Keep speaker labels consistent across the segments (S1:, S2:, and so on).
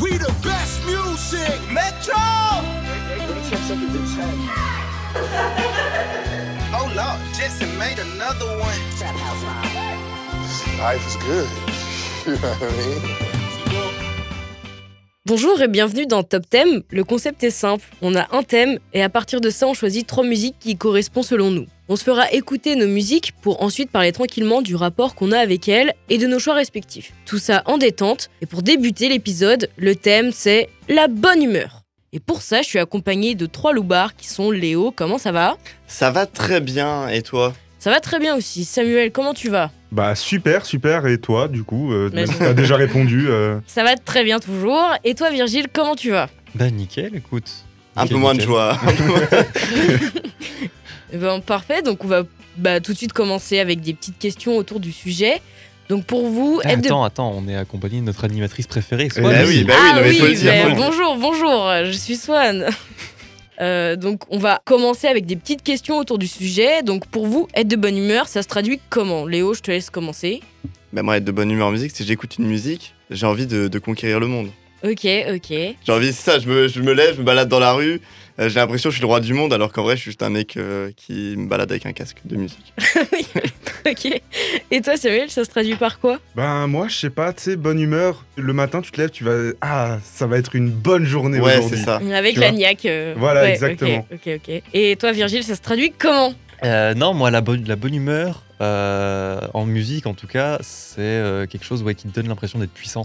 S1: We the best music, Metro! oh Lord, Jesse made another one.
S2: Life is good. You know what I mean?
S3: Bonjour et bienvenue dans Top Thème. Le concept est simple. On a un thème et à partir de ça, on choisit trois musiques qui y correspondent selon nous. On se fera écouter nos musiques pour ensuite parler tranquillement du rapport qu'on a avec elles et de nos choix respectifs. Tout ça en détente. Et pour débuter l'épisode, le thème c'est la bonne humeur. Et pour ça, je suis accompagnée de trois loupards qui sont Léo, comment ça va
S4: Ça va très bien, et toi
S3: Ça va très bien aussi. Samuel, comment tu vas
S5: Bah super, super. Et toi, du coup, euh,
S3: Mais-
S5: même si t'as déjà répondu. euh,
S3: Ça va très bien toujours. Et toi Virgile, comment tu vas
S6: Bah nickel, écoute.
S4: Un
S6: Nickel,
S4: peu moins de
S6: nickel.
S4: joie. un peu moins-
S3: Eh ben, parfait, donc on va bah, tout de suite commencer avec des petites questions autour du sujet. Donc pour vous,
S6: Ah,
S3: êtes de...
S6: attends, attends, on est accompagné de notre animatrice préférée, Swan.
S4: Bah oui, bah oui,
S3: ah
S4: non, mais faut le
S3: oui,
S4: dire.
S3: ben,
S4: faut le dire.
S3: bonjour, bonjour, je suis Swan. Euh, donc on va commencer avec des petites questions autour du sujet. Donc pour vous, être de bonne humeur, ça se traduit comment Léo, je te laisse commencer.
S4: Bah moi, être de bonne humeur en musique, si j'écoute une musique, j'ai envie de, de conquérir le monde.
S3: Ok, ok.
S4: J'ai envie, c'est ça, je me, je me lève, je me balade dans la rue, euh, j'ai l'impression que je suis le roi du monde, alors qu'en vrai, je suis juste un mec euh, qui me balade avec un casque de musique.
S3: ok. Et toi Samuel, ça se traduit par quoi
S5: Ben moi, je sais pas, tu sais, bonne humeur. Le matin, tu te lèves, tu vas. Ah, ça va être une bonne journée
S4: Ouais, c'est
S5: aujourd'hui.
S4: ça.
S3: Avec
S5: tu
S3: la
S5: vois.
S3: niaque. euh,
S5: Voilà,
S3: ouais,
S5: exactement.
S3: Ok, ok, ok. Et toi Virgile, ça se traduit comment
S6: Euh, non, moi, la bonne, la bonne humeur, euh, en musique en tout cas, c'est euh, quelque chose ouais, qui te donne l'impression d'être puissant,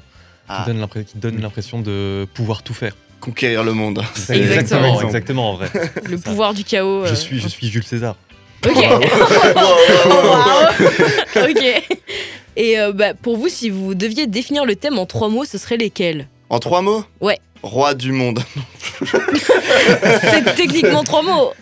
S4: Ah.
S6: qui te donne l'impré- qui te donne l'impression de pouvoir tout faire.
S4: Conquérir le monde.
S6: C'est
S3: Exactement.
S6: exactement, exactement, en vrai.
S3: Le
S6: Ça.
S3: pouvoir du chaos. euh,
S6: Je suis, je suis Jules César.
S3: Ok.
S4: Oh,
S3: Waouh. ok. Et euh, bah, pour vous, si vous deviez définir le thème en trois mots, ce seraient lesquels
S4: En trois mots
S3: Ouais.
S4: Roi du monde.
S3: C'est techniquement trois mots.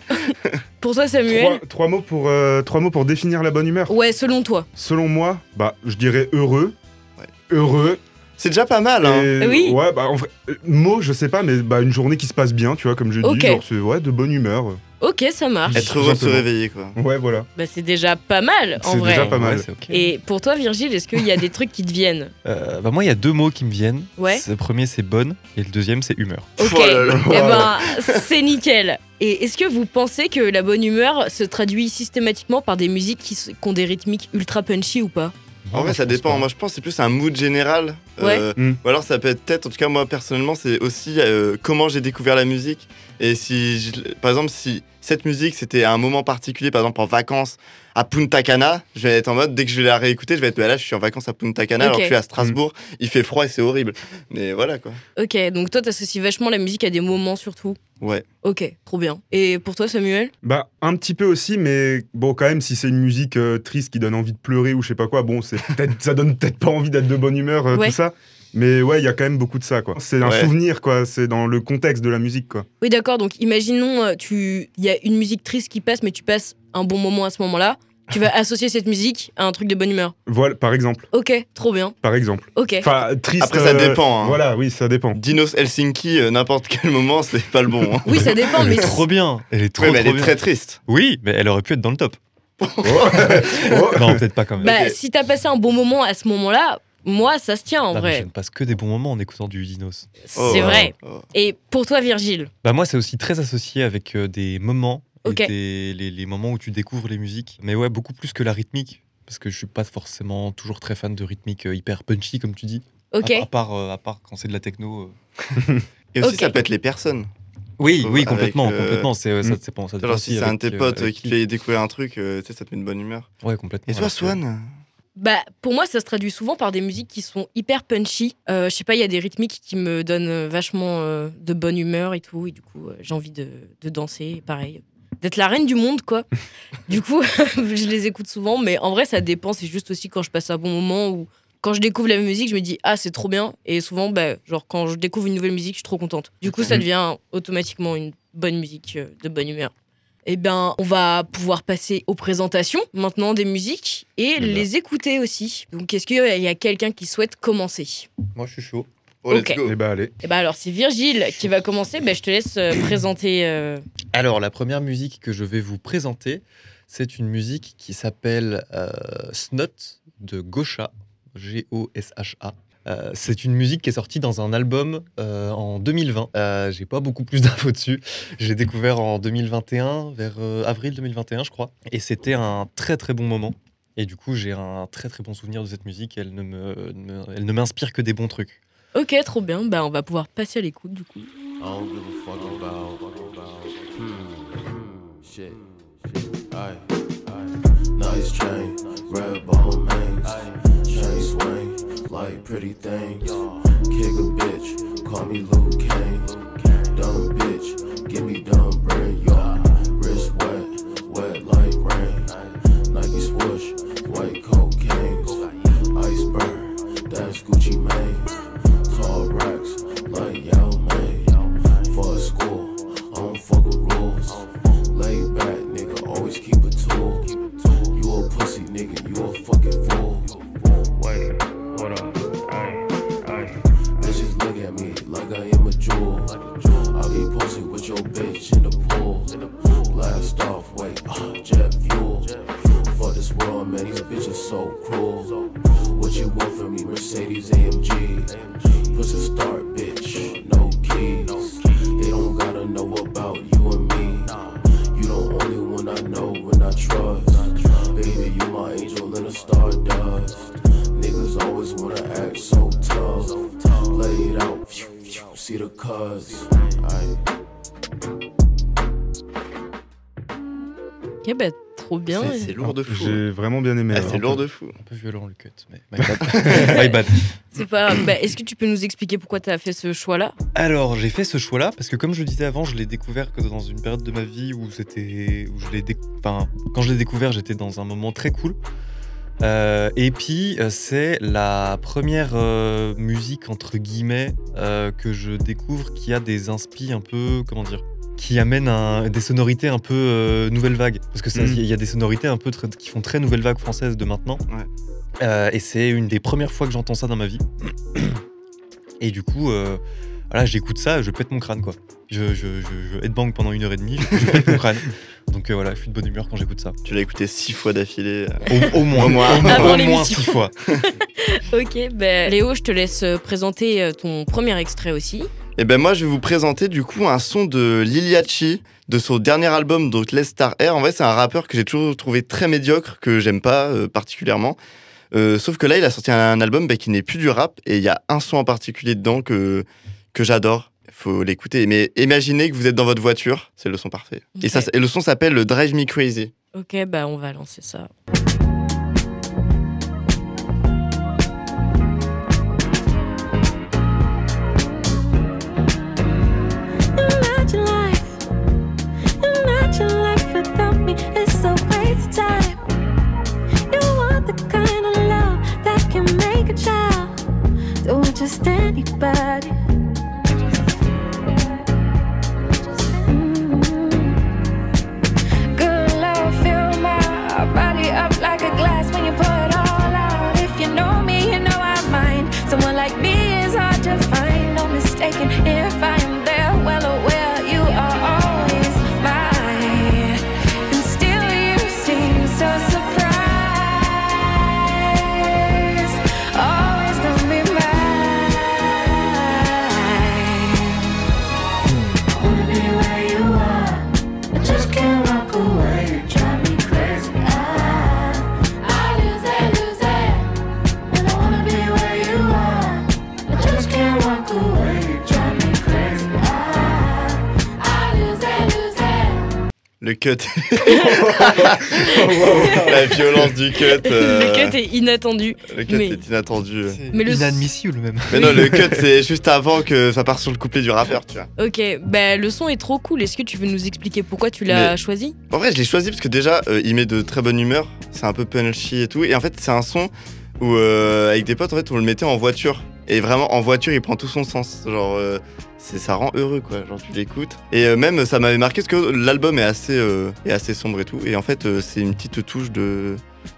S3: pour toi,
S5: Trois,
S3: Samuel Oh.
S5: trois mots pour, euh, trois mots pour définir la bonne humeur.
S3: Ouais, selon toi.
S5: Selon moi, bah je dirais heureux.
S4: Ouais.
S5: Heureux.
S4: C'est déjà pas mal, hein.
S5: et-
S3: Ah Oui.
S5: Ouais, bah en vrai, euh, mot, je sais pas, mais bah une journée qui se passe bien, tu vois, comme je
S3: Ok. Ah.
S5: dis, genre c'est ouais de bonne humeur.
S3: Ok, ça marche.
S4: Être heureux de se
S5: Exactement.
S4: réveiller, quoi.
S5: Ouais, voilà.
S3: Bah, c'est déjà pas mal, en
S5: C'est
S3: vrai.
S5: déjà pas mal.
S6: Ouais, c'est ok.
S3: Et pour toi, Virgile, est-ce qu'il y a des trucs qui te viennent
S6: Euh, bah, moi, il y a deux mots qui me viennent.
S3: Ouais.
S6: Le premier, c'est bonne, et le deuxième, c'est humeur.
S3: Ok.
S4: Oh là là.
S3: Eh ben, c'est nickel. Et est-ce que vous pensez que la bonne humeur se traduit systématiquement par des musiques qui, s- qui ont des rythmiques ultra punchy ou pas
S4: En vrai, ça dépend. Moi, je pense que c'est plus un mood général. Euh,
S5: Ouais. Mm.
S4: Ou alors, ça peut être peut-être, en tout cas, moi, personnellement, c'est aussi euh, comment j'ai découvert la musique. Et si, je- par exemple, si cette musique, c'était à un moment particulier, par exemple, en vacances à Punta Cana, je vais être en mode, dès que je vais la réécouter, je vais être, bah là, je suis en vacances à Punta Cana,
S3: Ok.
S4: alors que je suis à Strasbourg, il fait froid et c'est horrible. Mais voilà, quoi.
S3: Ok, donc toi, t'associes vachement la musique à des moments surtout
S4: Ouais.
S3: Ok, trop bien. Et pour toi, Samuel
S5: Bah, un petit peu aussi, mais bon, quand même, si c'est une musique euh, triste qui donne envie de pleurer ou je sais pas quoi, bon, c'est peut-être, ça donne peut-être pas envie d'être de bonne humeur, euh,
S3: Ouais.
S5: tout ça. Mais ouais, il y a quand même beaucoup de ça, quoi. C'est un
S4: Ouais.
S5: souvenir, quoi. C'est dans le contexte de la musique, quoi.
S3: Oui, d'accord. Donc, imaginons, euh, tu, il y a une musique triste qui passe, mais tu passes un bon moment à ce moment-là. Tu vas associer cette musique à un truc de bonne humeur.
S5: Voilà, par exemple.
S3: Ok, trop bien.
S5: Par exemple.
S3: Ok.
S5: Enfin, triste.
S4: Après, ça
S5: euh,
S4: dépend. hein.
S5: Voilà, oui, ça dépend.
S4: Dinos Helsinki, euh, n'importe quel moment, c'est pas le bon. hein.
S3: Oui, ça dépend,
S6: Elle
S3: mais
S6: est trop bien. Elle est trop,
S4: Ouais, mais elle
S6: trop
S4: est
S6: bien.
S4: très triste.
S6: Oui, mais elle aurait pu être dans le top.
S5: Oh.
S6: Non, peut-être pas quand même.
S3: bah,
S4: Ok.
S3: si t'as passé un bon moment à ce moment-là, moi, ça se tient en
S6: Non, mais Je
S3: vrai.
S6: ne passe que des bons moments en écoutant du Dinos.
S4: Oh,
S3: C'est vrai.
S4: oh.
S3: Et pour toi, Virgile
S6: Bah moi, c'est aussi très associé avec euh, des moments, et
S3: Ok.
S6: des- les, les moments où tu découvres les musiques. Mais ouais, beaucoup plus que la rythmique, parce que je suis pas forcément toujours très fan de rythmique euh, hyper punchy, comme tu dis.
S3: Ok.
S6: À, à part, euh, à part quand c'est de la techno. euh.
S4: Et aussi,
S3: Ok.
S4: ça peut être les personnes.
S6: Oui,
S4: Avec,
S6: oui, complètement,
S4: euh,
S6: complètement. C'est euh, ça,
S5: Mm.
S6: c'est pas- ça dépend
S4: Genre, si
S6: aussi
S4: c'est un de
S6: avec,
S4: tes
S6: euh,
S4: potes euh,
S6: avec
S4: qui te
S6: qui. Ah,
S4: fait découvrir un truc, euh, tu sais, ça te met de bonne humeur.
S6: Ouais, complètement.
S4: Et toi,
S6: alors que-
S4: Swan
S3: Bah, pour moi, ça se traduit souvent par des musiques qui sont hyper punchy. Euh, je sais pas, il y a des rythmiques qui me donnent euh, vachement euh, de bonne humeur et tout. Et du coup, euh, j'ai envie de, de danser, pareil. D'être la reine du monde, quoi. du coup, je les écoute souvent, mais en vrai, ça dépend. C'est juste aussi quand je passe un bon moment ou quand je découvre la musique, je me dis, ah, c'est trop bien. Et souvent, bah, genre, quand je découvre une nouvelle musique, je suis trop contente. Du coup, ça
S5: Mhm.
S3: devient automatiquement une bonne musique euh, de bonne humeur. Eh bien, on va pouvoir passer aux présentations maintenant des musiques et
S6: ben.
S3: les écouter aussi. Donc, est-ce qu'il y a quelqu'un qui souhaite commencer
S6: Moi, je suis chaud.
S4: Oh, let's
S3: Ok.
S4: go.
S5: Eh bah, allez.
S3: Eh bien, alors, c'est Virgile qui va commencer. Ben, je te laisse euh, présenter. euh,
S6: Alors, la première musique que je vais vous présenter, c'est une musique qui s'appelle euh, Snot de Gosha, G-O-S-H-A. Euh, c'est une musique qui est sortie dans un album euh, en 2020. Euh, J'ai pas beaucoup plus d'infos dessus. J'ai découvert en 2021, vers euh, avril 2021, je crois. Et c'était un très très bon moment. Et du coup, j'ai un très très bon souvenir de cette musique. Elle ne me- me- elle ne m'inspire que des bons trucs.
S3: Ok, trop bien. Bah, on va pouvoir passer à l'écoute du coup.
S7: I don't give a fuck about. Hmm. Shit. Aye. Nice chain, red bone mains. Chain swing, like pretty things. Kick a bitch, call me Luke Kane. Dumb bitch, give me dumb brain, y'all. Wrist wet, wet like rain. Nike swoosh, white cocaine. Iceberg, that's Gucci Mane. Tall racks, like Yao Mane. For school, I don't fuck with rules. Lay back, nigga, always keep a tool. You a pussy, nigga, you a fucking fool. Wait, what up? Bitches look at me like I am a jewel. I be posted with your bitch in the pool. Blast off, wait, uh, jet fuel. Fuck this world, man, these bitches so cruel. What you want from me, Mercedes AMG? Push a start, bitch, no keys. They don't gotta know about you and me. You the only one I know and I trust. Baby, you my angel in the stardust. Niggas always wanna act so tough. Lay it out, phew, phew, see the cuz. Aye.
S3: Ok, bah, trop bien.
S4: C'est c'est lourd de fou.
S5: J'ai vraiment bien aimé. hein.
S4: Ah,
S5: alors.
S4: c'est lourd de fou.
S6: Un peu violent le cut, mais my bad. My bad.
S3: C'est pas. grave. Bah, Est-ce que tu peux nous expliquer pourquoi tu as fait ce choix-là
S6: Alors, j'ai fait ce choix-là parce que, comme je le disais avant, je l'ai découvert que dans une période de ma vie où c'était. Où je l'ai déc- enfin, quand je l'ai découvert, j'étais dans un moment très cool. Euh, et puis, euh, c'est la première euh, musique, entre guillemets, euh, que je découvre qui a des inspi un peu. Comment dire qui amène un- des sonorités un peu euh, nouvelle vague. Parce que
S5: Mhm.
S6: il y a des sonorités un peu très- qui font très nouvelle vague française de maintenant.
S4: Ouais.
S6: Euh, et c'est une des premières fois que j'entends ça dans ma vie. Et du coup, euh, voilà, j'écoute ça, je pète mon crâne, quoi. Je, je, je, je headbang pendant une heure et demie, je, je pète mon crâne. Donc euh, voilà, je suis de bonne humeur quand j'écoute ça.
S4: Tu l'as écouté six fois d'affilée. euh.
S6: Au, au moins,
S4: Au
S6: au
S4: moins.
S6: moins,
S3: Avant
S6: au moins
S3: l'émission.
S6: six fois.
S3: Ok, bah, Léo, je te laisse euh, présenter euh, ton premier extrait aussi.
S4: Et ben moi je vais vous présenter du coup un son de Liliachi de son dernier album donc Les Star Air. En vrai c'est un rappeur que j'ai toujours trouvé très médiocre que j'aime pas euh, particulièrement. Euh, sauf que là il a sorti un album bah, qui n'est plus du rap et il y a un son en particulier dedans que que j'adore. Faut l'écouter. Mais imaginez que vous êtes dans votre voiture, c'est le son parfait. Et ça
S3: Ok.
S4: et le son s'appelle le Drive Me Crazy.
S3: Ok, bah, on va lancer ça.
S8: Imagine life. Imagine life without me. It's a waste of time. You want the kind of love that can make a child. Don't just anybody. Mm. Good love fill my body up like a glass when you pour it all out. If you know me, you know I mind. Someone like me is hard to find. No mistaken if I am there. Well aware you are always mine. And still you seem so surprised. Always gonna be mine. Wanna be where you are. I just can't walk away. You drive me crazy. I, I lose it, lose it. And I wanna be where you are. I just can't walk away. You drive me crazy. I, I lose it, lose it.
S4: Le cut. La violence du cut. euh,
S3: Le cut est inattendu.
S4: le cut
S3: mais-
S4: est inattendu.
S3: Mais le-
S6: Inadmissible même.
S4: Mais non, le cut c'est juste avant que ça part sur le couplet du rappeur, tu vois.
S3: Ok, bah, le son est trop cool. Est-ce que tu veux nous expliquer pourquoi tu l'as
S4: Mais-
S3: choisi
S4: En vrai, je l'ai choisi parce que déjà, euh, il met de très bonne humeur. C'est un peu punchy et tout. Et en fait, c'est un son où, euh, avec des potes, en fait, on le mettait en voiture. Et vraiment, en voiture, il prend tout son sens. Genre, euh, c'est, ça rend heureux, quoi. Genre, tu l'écoutes. Et euh, même, ça m'avait marqué parce que l'album est assez, euh, est assez sombre et tout. Et en fait, euh, c'est une petite touche de,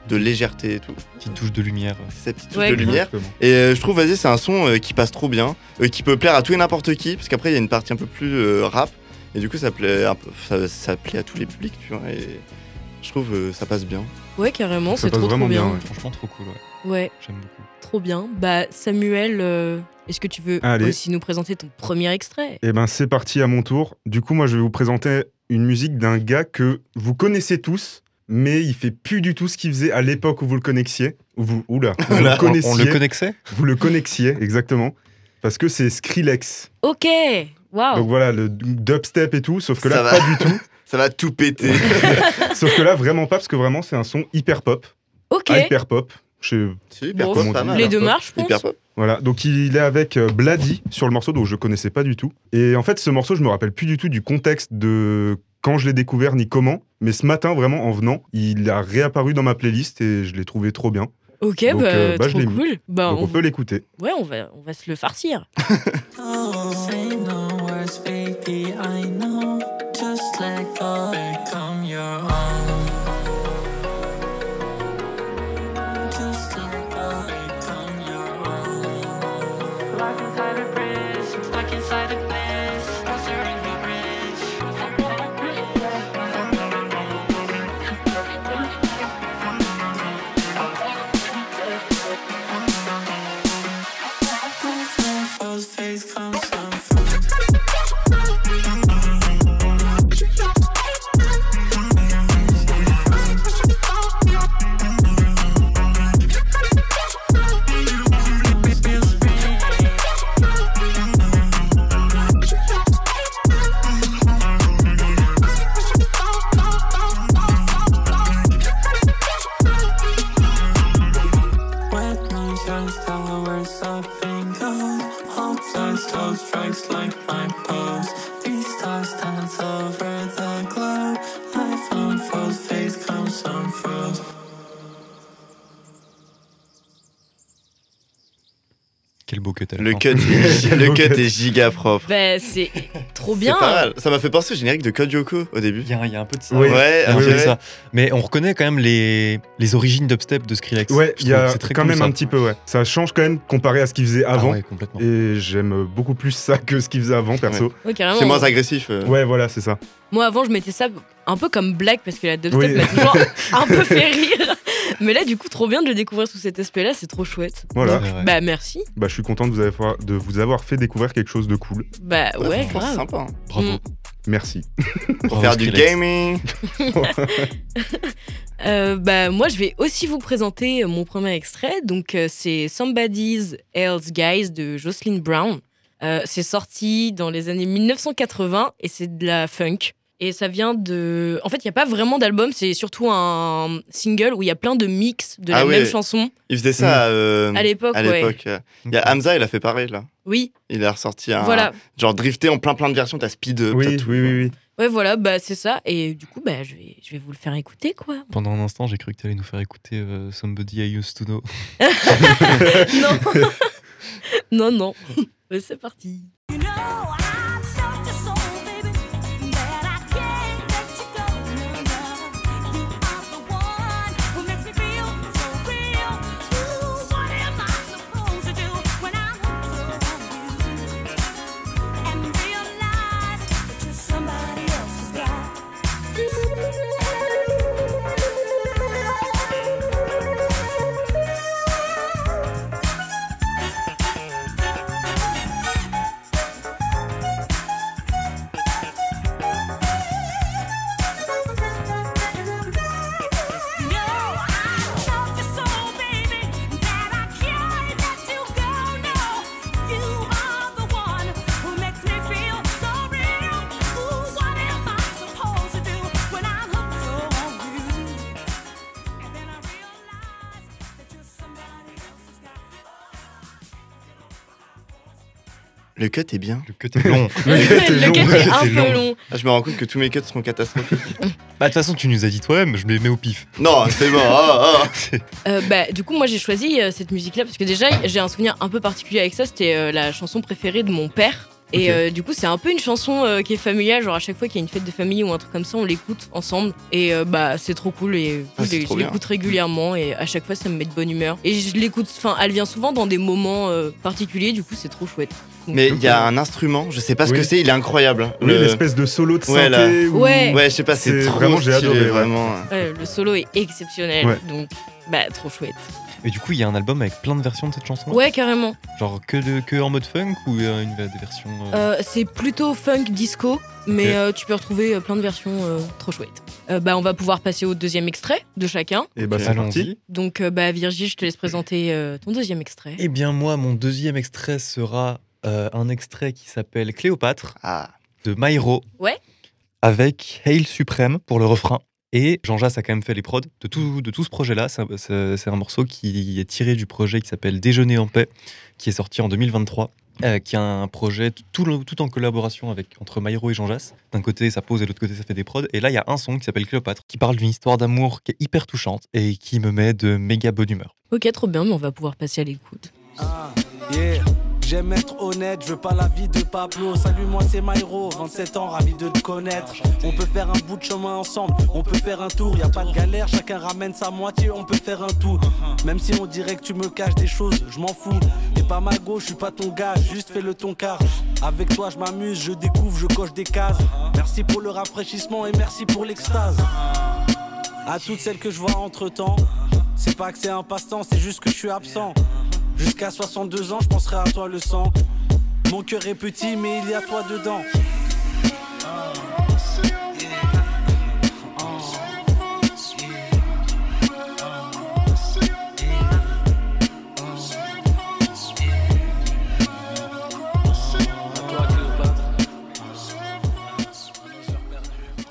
S4: de légèreté et tout.
S6: Petite touche de lumière.
S4: C'est petite touche
S3: Ouais,
S4: de
S3: grave.
S4: lumière.
S5: Exactement.
S4: Et euh, je trouve, vas-y, c'est un son euh, qui passe trop bien, euh, qui peut plaire à tout et n'importe qui, parce qu'après, il y a une partie un peu plus euh, rap, et du coup, ça plaît, un peu- ça, ça plaît à tous les publics, tu vois. Et Je trouve euh, ça passe bien.
S3: Ouais, carrément,
S5: Ça
S3: c'est
S5: passe
S3: trop, trop
S5: vraiment
S3: bien.
S5: bien,
S6: Franchement, trop cool, ouais.
S3: Ouais,
S6: J'aime beaucoup.
S3: trop bien. Bah, Samuel, euh, est-ce que tu veux
S5: Allez.
S3: aussi nous présenter ton premier extrait
S5: Eh ben c'est parti à mon tour. Du coup, moi je vais vous présenter une musique d'un gars que vous connaissez tous, mais il fait plus du tout ce qu'il faisait à l'époque où vous le connaissiez. Où vous, oula, vous le
S6: On- On, le
S5: connaissiez,
S6: connexait
S5: vous le connexiez, exactement. Parce que c'est Skrillex.
S3: Ok,
S5: Donc
S3: waouh.
S5: voilà, le dubstep et tout, sauf que là,
S4: Ça va.
S5: pas du tout.
S4: Ça va tout péter.
S5: Sauf que là, vraiment pas, parce que vraiment, c'est un son hyper pop.
S3: Ok,
S5: ah, Hyper pop. Je-
S4: C'est hyper
S3: Bon,
S4: pop, pas mal. hein.
S3: les
S5: hyper
S3: deux
S5: pop,
S3: marches, je pense.
S4: Hyper pop.
S5: Voilà, donc il est avec euh, Blady sur le morceau, donc je connaissais pas du tout. Et en fait, ce morceau, je me rappelle plus du tout du contexte de quand je l'ai découvert ni comment. Mais ce matin, vraiment, en venant, il a réapparu dans ma playlist et je l'ai trouvé trop bien.
S3: Ok,
S5: Donc,
S3: bah,
S5: euh, bah, je
S3: trop
S5: l'ai mis.
S3: cool.
S6: Ah,
S3: Bah,
S5: donc
S6: oh.
S3: on,
S5: on peut l'écouter.
S3: ouais, on va, on va se le farcir.
S9: Ain't no words, baby, I know. Just let go, become your own. Just let go, become your own. Life inside a bridge, stuck inside a glass. Crossing the bridge. Froze face comes some Wet my eyes, colors up and gold. Hopes are slow strikes like my pose. These stars dance over the globe. Life unfolds, face comes unfroze.
S6: Quel beau cut. à la
S4: Le
S6: fin.
S4: cut, est gi- le cut est giga propre.
S3: Bah, c'est trop bien.
S4: C'est pas mal. Ça m'a fait penser au générique de Code Lyoko au début.
S6: Il y, a il y a un peu de ça.
S5: Oui.
S6: ouais. Il y
S4: Ouais, ah,
S6: a un peu de
S4: ouais.
S6: ça. Mais on reconnaît quand même les, les origines d'upstep de Skrillex.
S5: Ouais,
S6: Je
S5: il y a
S6: trouve que c'est très
S5: quand
S6: cool,
S5: même
S6: ça.
S5: un petit peu, ouais. Ça change quand même comparé à ce qu'il faisait
S6: Ah
S5: avant.
S6: ouais, complètement.
S5: Et j'aime beaucoup plus ça que ce qu'il faisait avant, perso.
S3: Ouais, carrément.
S4: C'est moins agressif. euh.
S5: Ouais, voilà, c'est ça.
S3: Moi, avant, je mettais ça un peu comme blague parce que la dubstep
S5: Oui.
S3: m'a toujours un peu fait rire. Mais là, du coup, trop bien de le découvrir sous cet aspect-là, c'est trop chouette.
S5: Voilà.
S6: C'est vrai.
S3: Bah, merci.
S5: Bah, je suis content de vous, avoir, de vous avoir fait découvrir quelque chose de cool.
S3: Bah,
S4: Ouais,
S3: ouais,
S4: franchement, c'est
S3: grave.
S4: sympa. hein.
S6: Bravo.
S3: Mm.
S5: Merci.
S4: Pour
S6: Bravo,
S4: faire du
S6: Skrillex.
S4: gaming.
S3: Euh, bah, moi, je vais aussi vous présenter euh, mon premier extrait. Donc, euh, c'est Somebody's Else Guys de Jocelyn Brown. Euh, c'est sorti dans les années 1980 et c'est de la funk. Et ça vient de. En fait, il n'y a pas vraiment d'album, c'est surtout un single où il y a plein de mix de la
S4: Ah ouais.
S3: même chanson.
S4: Il faisait
S5: Mm.
S4: ça euh,
S3: À l'époque,
S4: à
S3: ouais.
S4: l'époque. euh. Il y a Hamza, il a fait pareil là.
S3: Oui,
S4: Il a ressorti un.
S3: voilà.
S4: Genre drifté en plein plein de versions, t'as speed
S6: Euh,
S4: up. t'as
S5: Oui, oui,
S4: tout.
S5: oui, oui.
S3: Ouais, voilà, bah c'est ça. Et du coup, bah, je, vais, je vais vous le faire écouter, quoi.
S6: Pendant un instant, j'ai cru que tu allais nous faire écouter euh, Somebody I Used to Know.
S3: non Non, non. Mais c'est parti.
S8: You know I'm such a soul, baby, that I can't let you go. You are the one who makes me feel so real. Ooh, what am I supposed to do when I'm you and realize that you're somebody else's guy? No, I love you so, baby, that I can't let you go. No, you are the one who makes me feel so real. Ooh, what am I supposed to do when I'm hooked so on you? And then I realize that you're somebody else's guy.
S4: Le cut est bien.
S6: Le cut est long.
S3: le cut est un peu long.
S4: Ah, je me rends compte que tous mes cuts seront catastrophiques.
S6: Bah, de toute façon, tu nous as dit toi-même, je me les mets au pif.
S4: non, c'est bon. ah, ah.
S6: C'est-
S3: Euh, bah, du coup, moi, j'ai choisi euh, cette musique-là parce que déjà, j'ai un souvenir un peu particulier avec ça. C'était euh, la chanson préférée de mon père. Et
S5: Ok.
S3: euh, du coup, c'est un peu une chanson euh, qui est familiale. Genre, à chaque fois qu'il y a une fête de famille ou un truc comme ça, on l'écoute ensemble. Et euh, bah, c'est trop cool. Et
S4: Ah, c'est
S3: je
S4: trop
S3: je
S4: bien.
S3: l'écoute régulièrement. Et à chaque fois, ça me met de bonne humeur. Et je l'écoute, enfin, elle vient souvent dans des moments euh, particuliers. Du coup, c'est trop chouette.
S4: Mais il y a un instrument, je sais pas ce
S5: Oui.
S4: que c'est, il est incroyable.
S5: Oui,
S4: Le-
S5: l'espèce de solo de
S4: Ouais, là.
S5: synthé. ou-
S3: Ouais.
S4: Ouais, je sais pas, c'est
S5: C'est
S4: trop
S5: vraiment, j'ai
S4: stylé,
S5: adoré, ouais.
S4: vraiment.
S3: Ouais, Euh, le solo est exceptionnel,
S5: Ouais.
S3: donc bah trop chouette.
S6: Et du coup, il y a un album avec plein de versions de cette chanson
S3: Ouais, carrément.
S6: Genre que, de, que en mode funk ou euh, une, des versions. euh,
S3: Euh, c'est plutôt funk disco, mais
S6: Ok.
S3: euh, tu peux retrouver euh, plein de versions euh, trop chouettes. Euh, bah, on va pouvoir passer au deuxième extrait de chacun.
S5: Et bah, c'est
S6: allons-y.
S5: parti.
S3: Donc, euh, bah, Virgile, je te laisse présenter euh, ton deuxième extrait.
S6: Eh bien, moi, mon deuxième extrait sera euh, un extrait qui s'appelle Cléopâtre
S4: Ah.
S6: de Maïro.
S3: Ouais.
S6: Avec Hail Suprême pour le refrain. Et Jean-Jas a quand même fait les prods de tout, de tout ce projet-là. C'est un- C'est c'est un morceau qui est tiré du projet qui s'appelle Déjeuner en paix, qui est sorti en 2023, euh, qui est un projet t- tout, le- tout en collaboration avec, entre Maïro et Jean-Jas. D'un côté, ça pose et de l'autre côté, ça fait des prods. Et là, il y a un son qui s'appelle Cléopâtre, qui parle d'une histoire d'amour qui est hyper touchante et qui me met de méga bonne humeur.
S3: Ok, trop bien, mais on va pouvoir passer à l'écoute.
S10: Ah, yeah. J'aime être honnête, je veux pas la vie de Pablo. Salut, moi c'est Myro, 27 ans, ravi de te connaître. On peut faire un bout de chemin ensemble, on peut faire un tour, y a pas de galère, chacun ramène sa moitié, on peut faire un tout. Même si on dirait que tu me caches des choses, je m'en fous. T'es pas ma gauche, je suis pas ton gars, juste fais le ton car. Avec toi, je m'amuse, je découvre, je coche des cases. Merci pour le rafraîchissement et merci pour l'extase. À toutes celles que je vois entre temps, c'est pas que c'est un passe-temps, c'est juste que je suis absent. Jusqu'à 62 ans, je penserai à toi le sang. Mon cœur est petit, mais il y a toi dedans.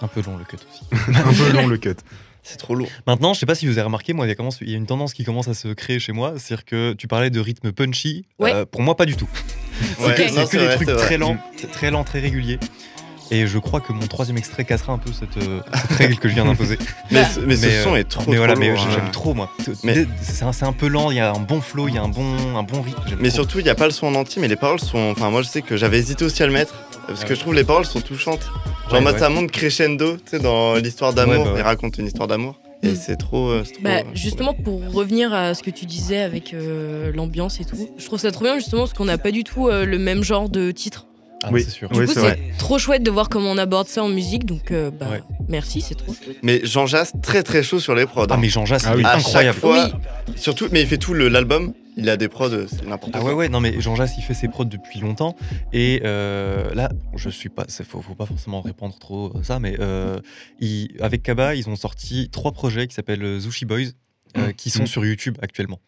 S6: Un peu long le cut aussi.
S5: Un peu long le cut.
S4: C'est trop lourd.
S6: Maintenant, je sais pas si vous avez remarqué, moi, il y, a commence- il y a une tendance qui commence à se créer chez moi. C'est-à-dire que tu parlais de rythme punchy.
S3: Ouais.
S6: Euh, pour moi, pas du tout. C'est
S4: Ouais,
S6: que,
S4: non,
S6: c'est
S4: c'est
S6: que des
S4: vrai,
S6: trucs
S4: c'est vrai.
S6: très lents, t- très lents, très réguliers. Et je crois que mon troisième extrait cassera un peu cette, euh, cette règle que je viens d'imposer.
S3: Bah,
S4: Mais, ce- mais ce
S6: Mais, euh,
S4: son est trop, trop
S6: mais voilà, mais
S4: lourd,
S6: j'ai-
S4: hein.
S6: j'aime trop, moi.
S4: Mais-
S6: Dès- C'est un, c'est un peu lent, il y a un bon flow, il y a un bon, un bon rythme. j'aime
S4: Mais
S6: trop.
S4: surtout, il n'y a pas le son en entier, mais les paroles sont. Enfin, moi, je sais que j'avais hésité aussi à le mettre. Parce
S6: Ah
S4: que
S6: ouais.
S4: je trouve les paroles sont touchantes. Genre,
S6: Ouais,
S4: moi,
S6: ouais.
S4: ça monte crescendo, tu sais, dans l'histoire d'amour.
S6: Ouais, bah ouais.
S4: Il raconte une histoire d'amour. Et
S3: Mm.
S4: c'est trop. euh, c'est trop,
S3: Bah,
S4: euh,
S3: justement, pour revenir à ce que tu disais avec euh, l'ambiance et tout, je trouve ça trop bien, justement, parce qu'on n'a pas du tout euh, le même genre de titre.
S6: Ah,
S5: Oui.
S6: c'est sûr.
S3: Du
S5: Ouais,
S3: coup,
S5: c'est
S3: c'est
S5: vrai.
S3: trop chouette de voir comment on aborde ça en musique, donc euh, bah,
S6: Ouais.
S3: merci, c'est trop chouette.
S4: Mais Jean Jass, très très chaud sur les prods. hein.
S6: Ah, mais Jean-Jacques,
S5: Ah
S6: il est
S5: oui.
S4: À
S6: incroyable.
S4: chaque fois. Surtout, mais il fait tout le- l'album. Il a des prods, euh, c'est n'importe
S6: Ah
S4: quoi.
S6: ouais ouais non mais Jean Jass il fait ses prods depuis longtemps et euh, là je suis pas c'est- faut, faut pas forcément répandre trop à ça mais euh, il- avec Kaba ils ont sorti trois projets qui s'appellent euh, Zushi Boys euh, qui sont sur YouTube actuellement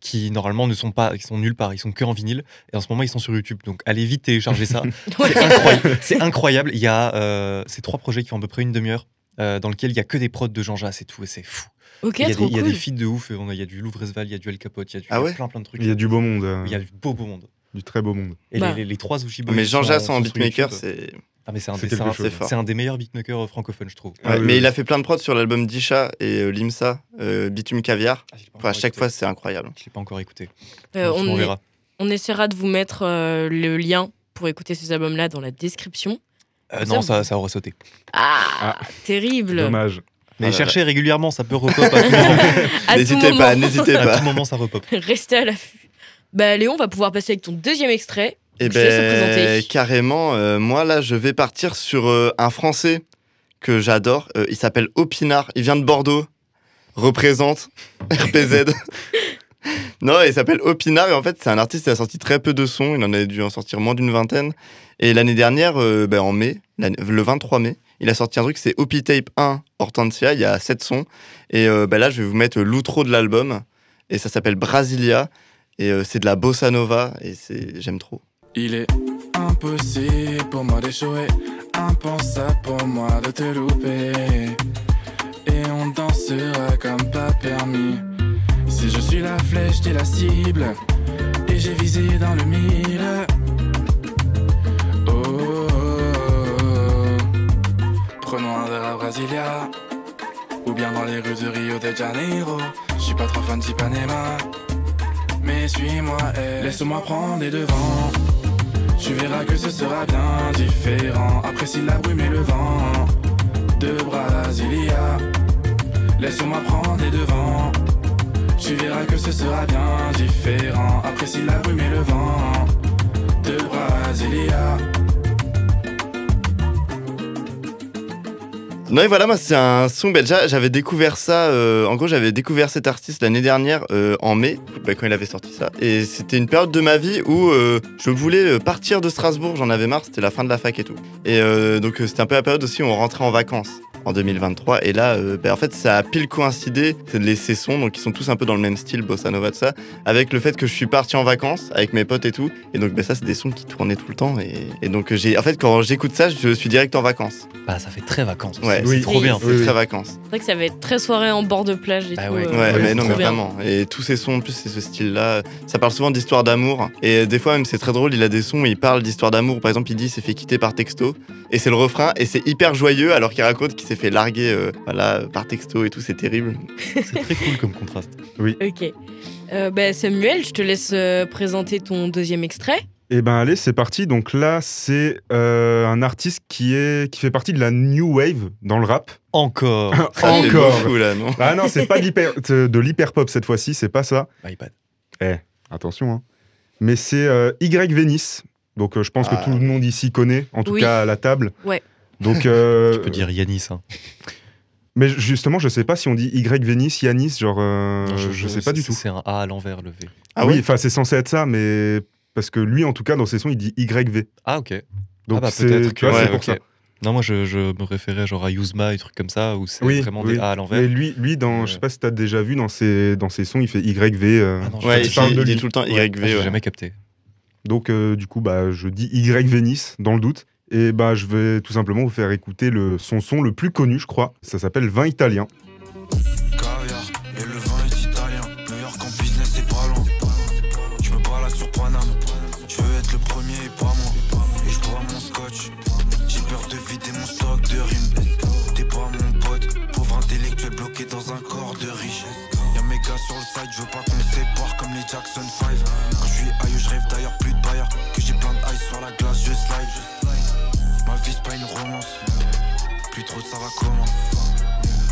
S6: qui normalement ne sont pas qui sont nulle part ils sont que en vinyle et en ce moment ils sont sur YouTube donc allez vite télécharger ça
S3: Ouais.
S6: c'est incroyable c'est incroyable il y a euh, ces trois projets qui font à peu près une demi-heure euh, dans lequel il y a que des prods de Jean Jass et tout et c'est fou
S3: Ok,
S6: il y a des,
S3: trop
S6: il y a
S3: cool.
S6: des feats de ouf on a- il y a du Louvre-Esval il y a du El Capote il y a du
S4: Ah
S6: il y a
S4: ouais
S6: plein plein de trucs
S5: Il y a du beau monde. euh,
S6: il y a du beau beau monde
S5: Du très beau monde.
S6: et
S3: Bah.
S6: les, les- les trois Zushi Boys.
S4: Ah, Mais Jean Jass
S6: sont-
S4: en
S6: sont sur
S4: beatmaker,
S6: YouTube.
S4: c'est.
S6: Ah, mais c'est un,
S5: c'est
S6: des-
S5: quelque
S6: c'est un-
S5: chose.
S4: C'est fort.
S6: c'est un des meilleurs beatmakers euh, francophones, je trouve.
S5: Ah
S4: Ouais,
S5: oui,
S4: mais
S5: oui.
S4: il a fait plein de prods sur l'album Disha et euh, Limsa, euh, Bitume Caviar.
S6: Ah, je l'ai pas
S4: Enfin, à
S6: encore
S4: chaque
S6: écouté.
S4: fois, c'est incroyable.
S6: Je l'ai pas encore écouté.
S3: Euh,
S6: Donc, on
S3: on, est-
S6: verra.
S3: on essaiera de vous mettre euh, le lien pour écouter ces albums-là dans la description.
S6: Euh,
S3: Ça,
S6: non,
S3: vous-
S6: ça, ça aurait sauté.
S3: Ah, terrible
S5: Dommage.
S6: Mais
S4: Ah là
S6: cherchez régulièrement, ça peut repop. À tout moment.
S3: À tout
S4: N'hésitez pas,
S3: moment.
S4: n'hésitez
S6: À
S4: pas.
S6: tout moment, ça repop.
S3: Restez à l'affût. Bah Léon, on va pouvoir passer avec ton deuxième extrait.
S4: Et
S3: Je te laisse le présenter.
S4: Eh ben, carrément, euh, moi là, je vais partir sur euh, un Français que j'adore. Euh, il s'appelle Opinard. Il vient de Bordeaux. Représente RPZ. non, il s'appelle Opinard et en fait, c'est un artiste qui a sorti très peu de sons. Il en a dû en sortir moins d'une vingtaine. Et l'année dernière, euh, ben, en mai, l'année- le 23 mai, il a sorti un truc, c'est Opitape 1 Hortensia. Il y a 7 sons. Et euh, ben là, je vais vous mettre l'outro de l'album. Et ça s'appelle Brasilia. Et euh, c'est de la bossa nova. Et c'est- j'aime trop.
S9: Il est impossible pour moi d'échouer, impensable pour moi de te louper. Et on dansera comme pas permis. Si je suis la flèche, t'es la cible. Et j'ai visé dans le mille. Oh, oh, oh, oh. prenons un de la Brasilia. Ou bien dans les rues de Rio de Janeiro. Je suis pas trop fan d'Ipanema. Mais suis-moi, eh. laisse-moi prendre les devants. Tu verras que ce sera bien différent. Apprécie la brume et le vent de Brasilia. Laisse-moi prendre les devants. Tu verras que ce sera bien différent. Apprécie la brume et le vent
S11: de Brasilia.
S4: Non, et voilà, moi, c'est un son. bah, déjà, j'avais découvert ça. euh, en gros, j'avais découvert cet artiste l'année dernière, euh, en mai, bah, quand il avait sorti ça. Et c'était une période de ma vie où euh, je voulais euh, partir de Strasbourg. J'en avais marre, c'était la fin de la fac et tout. Et euh, donc, euh, c'était un peu la période aussi où on rentrait en vacances en 2023. Et là, euh, bah, en fait, ça a pile coïncidé, c'est les ces sons, donc ils sont tous un peu dans le même style, bossa nova, tout ça, avec le fait que je suis parti en vacances avec mes potes et tout. Et donc, bah, ça, c'est des sons qui tournaient tout le temps. Et, et donc, j'ai, en fait, quand j'écoute ça, je suis direct en vacances.
S6: Bah, ça fait très vacances. aussi.
S4: Ouais,
S6: c'est
S5: Oui.
S6: trop bien.
S4: C'est
S5: Oui, oui.
S4: très vacances.
S3: C'est vrai que ça va être très soirée en bord de plage et
S6: Ah
S3: tout.
S6: ouais.
S3: euh,
S4: Ouais,
S5: Ouais,
S4: mais
S5: c'est
S4: non,
S3: trop
S4: mais
S3: bien.
S4: vraiment. Et tous ces sons, en plus, c'est ce style-là. Ça parle souvent d'histoire d'amour. Et des fois, même, c'est très drôle. Il a des sons où il parle d'histoire d'amour. Par exemple, il dit il s'est fait quitter par texto. Et c'est le refrain. Et c'est hyper joyeux, alors qu'il raconte qu'il s'est fait larguer euh, voilà, par texto et tout. C'est terrible.
S6: C'est très cool comme contraste.
S3: Ok. Euh, bah, Samuel, je te laisse euh, présenter ton deuxième extrait.
S5: Eh ben allez, c'est parti. Donc là, c'est euh, un artiste qui, est, qui fait partie de la new wave dans le rap.
S6: Encore.
S4: Ça fait
S5: Encore.
S4: beaucoup, là, non
S5: Ah non, c'est pas de l'hyper- euh, de de l'hyper pop cette fois-ci, c'est pas ça.
S6: Ah, iPad.
S5: Attention. Hein. Mais c'est euh, Y Venice. Donc euh, je pense
S4: Ah.
S5: que tout le monde ici connaît, en tout
S3: Oui.
S5: cas à la table.
S3: Ouais.
S5: Donc, euh,
S6: Tu peux dire Yanis. Hein.
S5: mais justement, je sais pas si on dit Y Venice, Yanis, genre, euh,
S6: Non,
S5: je, sais pas du
S6: c'est-
S5: tout.
S6: C'est un A à l'envers, le V.
S4: Ah
S5: oui,
S4: ouais
S5: enfin c'est censé être ça, mais parce que lui, en tout cas, dans ses sons, il dit YV.
S6: Ah, ok.
S5: Donc
S6: ah, bah,
S5: c'est,
S6: peut-être
S5: tu
S6: que.
S5: vois,
S4: ouais,
S5: c'est pour
S6: ok.
S5: ça.
S6: Non, moi, je, je me référais genre à Yuzma et trucs comme ça, où c'est
S5: Oui,
S6: vraiment
S5: oui.
S6: des A à l'envers.
S5: Mais lui, lui dans, je sais pas si t'as déjà vu dans ses, dans ses sons, il fait YV. euh,
S6: Ah non, je-
S4: Ouais,
S5: tu
S4: il,
S5: parles de
S4: il dit
S5: lui.
S4: tout le temps E.
S6: Ouais,
S4: YV.
S6: Ah, J'ai
S4: ouais.
S6: jamais capté.
S5: Donc euh, du coup, bah, je dis Y Venice dans le doute. Et bah, je vais tout simplement vous faire écouter le, son son le plus connu, je crois. Ça s'appelle Vin italien.
S11: Caviar et le vin est italien. New York en business c'est pas loin. Je me balade sur Paname. Je veux être le premier et pas moi. Et je bois mon scotch. J'ai peur de vider mon stock de rimes. T'es pas mon pote, pauvre intellectuel bloqué dans un corps de riche. Y'a mes gars sur le side, je veux pas qu'on me sépare comme les Jackson 5. Quand je suis aïeux, je rêve d'ailleurs plus de bailleur. Que j'ai plein de ice sur la glace, je slide. Ma vie c'est pas une romance. Plus trop ça va comment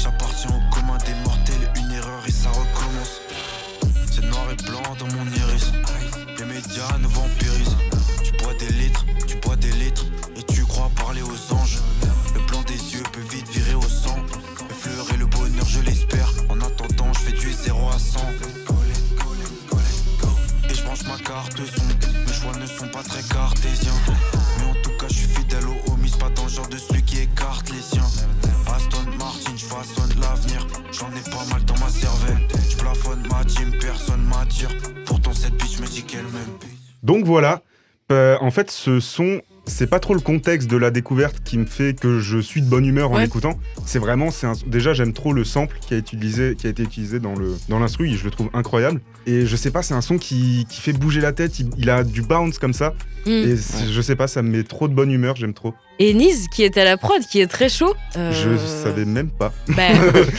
S11: J'appartiens au commun des mortels, une erreur et ça recommence. C'est noir et blanc dans mon iris. Les médias nous vampirisent. Tu bois des litres, tu bois des litres, et tu crois parler aux anges. Le blanc des yeux peut vite virer au sang. Le fleur et le bonheur, je l'espère. En attendant, je fais du 0 à 100. Et je branche ma carte son. Mes choix ne sont pas très cartésiens. Mais en tout cas, je suis fidèle aux homies, pas dans le genre de celui qui écarte les siens. Aston Martin, je façonne l'avenir. J'en ai pas mal dans ma cervelle. Je plafonne ma team, personne m'attire. Pourtant, cette bitch me dit qu'elle m'aime.
S5: Donc voilà. Euh, en fait, ce son, c'est pas trop le contexte de la découverte qui me fait que je suis de bonne humeur en
S3: Ouais.
S5: l'écoutant. C'est vraiment, c'est un- déjà j'aime trop le sample qui a, utilisé, qui a été utilisé dans le dans l'instru. Je le trouve incroyable. Et je sais pas, c'est un son qui, qui fait bouger la tête. Il, il a du bounce comme ça.
S3: Mm.
S5: Et c'est- je sais pas, ça me met trop de bonne humeur. J'aime trop.
S3: Et Niz, qui est à la prod, qui est très chaud. euh,
S5: Je savais même pas.
S3: bah,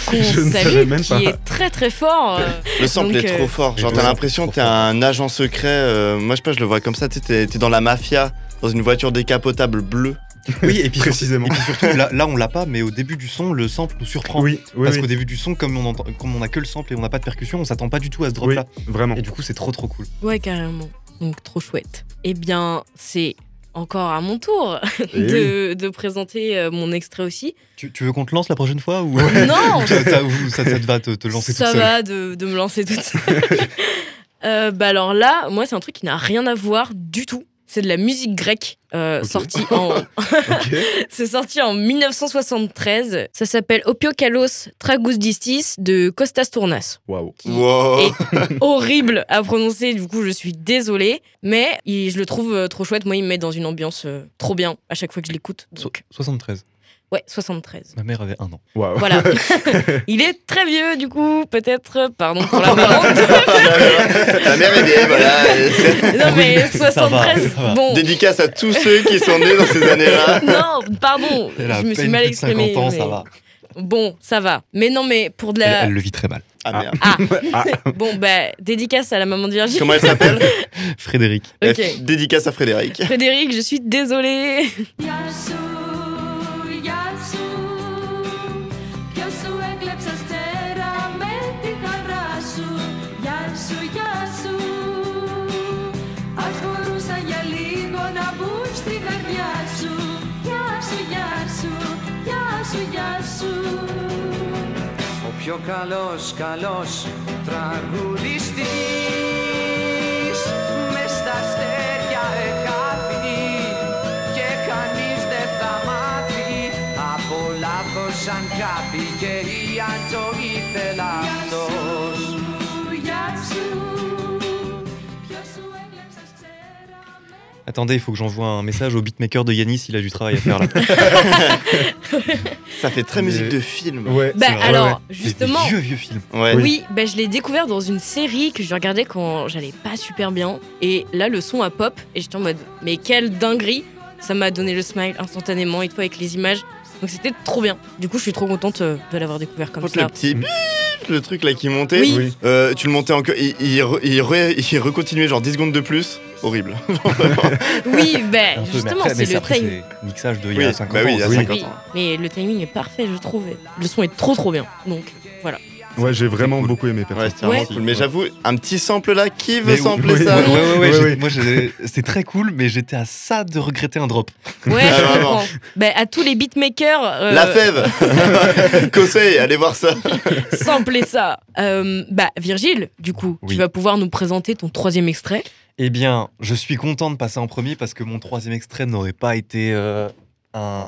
S3: qu'on
S5: Je ne
S3: salue,
S5: savais même
S3: qui
S5: pas.
S3: est très très fort. euh,
S4: Le sample
S3: Donc,
S4: est
S3: euh,
S4: trop fort. Genre,
S5: le
S4: t'as
S5: sample
S4: l'impression
S5: est
S4: que
S5: trop
S4: t'es
S5: fort.
S4: un agent secret. euh, moi, je sais pas, je le vois comme ça. Tu sais, t'es t'es dans la mafia, dans une voiture décapotable bleue.
S6: Oui, et puis surtout-
S5: Précisément.
S6: et puis surtout, là, là, on l'a pas, mais au début du son, le sample nous surprend.
S5: Oui, oui,
S6: Parce
S5: oui.
S6: qu'au début du son, comme on, entend, comme on a que le sample et on n'a pas de percussion, on s'attend pas du tout à ce drop
S5: Oui,
S6: là.
S5: vraiment.
S6: Et du coup, c'est trop trop cool.
S3: Ouais, carrément. Donc, trop chouette. Eh bien, c'est encore à mon tour
S5: Eh
S3: de, de présenter euh, mon extrait aussi.
S6: Tu, tu veux qu'on te lance la prochaine fois ou
S3: Non,
S6: Ou ça, ça- ou ça- ça te va te, te lancer
S3: ça
S6: toute seule
S3: va de, de me lancer toute seule. Euh, bah alors là, moi, c'est un truc qui n'a rien à voir du tout. C'est de la musique grecque euh,
S5: Ok.
S3: sortie en.
S5: Ok.
S3: C'est sorti en 1973. Ça s'appelle Opiokalos Tragousdistis de Kostas Tournas.
S5: Waouh.
S4: Wow.
S3: Et- horrible à prononcer, du coup je suis désolée, mais il- je le trouve euh, trop chouette. Moi, il me met dans une ambiance euh, trop bien à chaque fois que je l'écoute.
S6: So-
S3: Donc,
S6: 73.
S3: ouais, 73.
S6: Ma mère avait un an.
S5: Waouh.
S3: Voilà. il est très vieux, du coup, peut-être. euh, Pardon pour la maman.
S4: Ta mère est vieille, voilà. Et-
S3: non, mais
S6: Oui, ça va,
S3: 73.
S6: ça va.
S3: Bon.
S4: Dédicace à tous ceux qui sont nés dans ces années-là.
S3: Non, pardon,
S6: Elle a
S3: je me suis
S6: peine
S3: mal
S6: plus de 50
S3: exprimée.
S6: ans,
S3: mais-
S6: ça va.
S3: Bon, ça va. Mais non, mais pour de
S6: Elle,
S3: la.
S6: elle le vit très mal.
S4: Ah merde.
S3: Ah,
S5: Ah,
S3: bon, bah, dédicace à la maman de Virginie.
S4: Comment elle s'appelle
S6: Frédéric.
S3: Ah. Ok.
S4: Eh, Dédicace à Frédéric.
S3: Frédéric, je suis désolée.
S8: Yasu, Yasu, Yasu, έκλεψες τέρα με τη χαρά σου. Yasu, Yasu, ας μπορούσα για λίγο yasu, yasu, yasu, yasu, yasu.
S10: Ο πιο καλός καλός τραγουδιστής με στα αστέρια εχάθη και κανείς δεν θα μάθει από λάθος αν κάτι και ή αν το ήθελα αυτός
S6: Attendez, il faut que j'envoie un message au beatmaker de Yanis, il a du travail à faire là.
S3: Bah,
S4: Ça fait très
S6: Mais-
S4: musique de film.
S6: ouais.
S3: Bah,
S6: c'est vrai,
S3: alors,
S6: ouais.
S3: justement-
S6: Des Vieux, vieux film.
S4: Ouais.
S3: Oui, ben, je l'ai découvert dans une série que je regardais quand j'allais pas super bien. Et là, le son a pop. Et j'étais en mode, mais quelle dinguerie Ça m'a donné le smile instantanément et tout avec les images. Donc c'était trop bien. Du coup, je suis trop contente euh, de l'avoir découvert comme
S4: Contre le
S3: ça.
S4: petit bip, le truc là qui montait.
S3: Oui.
S4: Euh, tu le montais encore. Il, il, re- il, re- il recontinuait genre 10 secondes de plus. Horrible.
S3: Oui, ben,
S6: Un peu, mais
S3: justement,
S6: après- mais
S3: c'est le
S6: après,
S3: timing.
S6: c'est mixage de il y
S4: Oui,
S6: a 50
S4: bah
S6: ans.
S4: oui, il y a
S6: c'est-
S4: 50
S3: Oui,
S4: ans.
S3: mais le timing est parfait, je trouve. Le son est trop trop bien. Donc voilà.
S5: Ouais, j'ai vraiment
S4: cool.
S5: beaucoup aimé
S4: Ouais,
S5: Perfect.
S4: c'était vraiment
S3: Ouais.
S4: cool. Mais j'avoue, un petit sample là, qui veut
S6: Mais oui,
S4: sampler
S5: oui,
S4: ça
S6: Ouais, ouais, ouais,
S5: Ouais,
S6: j'ai-
S5: ouais.
S6: moi j'ai- c'est très cool, mais j'étais à ça de regretter un drop.
S3: Ouais,
S4: Ah,
S3: je
S4: vraiment.
S3: comprends. Ben, à tous les beatmakers. euh,
S4: La fève Conseil, allez voir ça.
S3: Samplez ça. Euh, bah, Virgile, du coup,
S6: Oui.
S3: tu vas pouvoir nous présenter ton troisième extrait.
S6: Eh bien, je suis content de passer en premier parce que mon troisième extrait n'aurait pas été euh, un,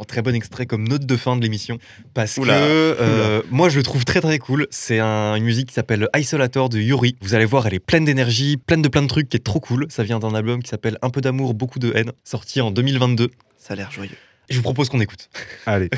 S6: un très bon extrait comme note de fin de l'émission. Parce
S4: Oula.
S6: que euh, moi, je le trouve très très cool. C'est un- une musique qui s'appelle Isolator de Yuri. Vous allez voir, elle est pleine d'énergie, pleine de plein de trucs qui est trop cool. Ça vient d'un album qui s'appelle Un peu d'amour, beaucoup de haine, sorti en 2022.
S4: Ça a l'air joyeux.
S6: Je vous propose qu'on écoute.
S5: Allez.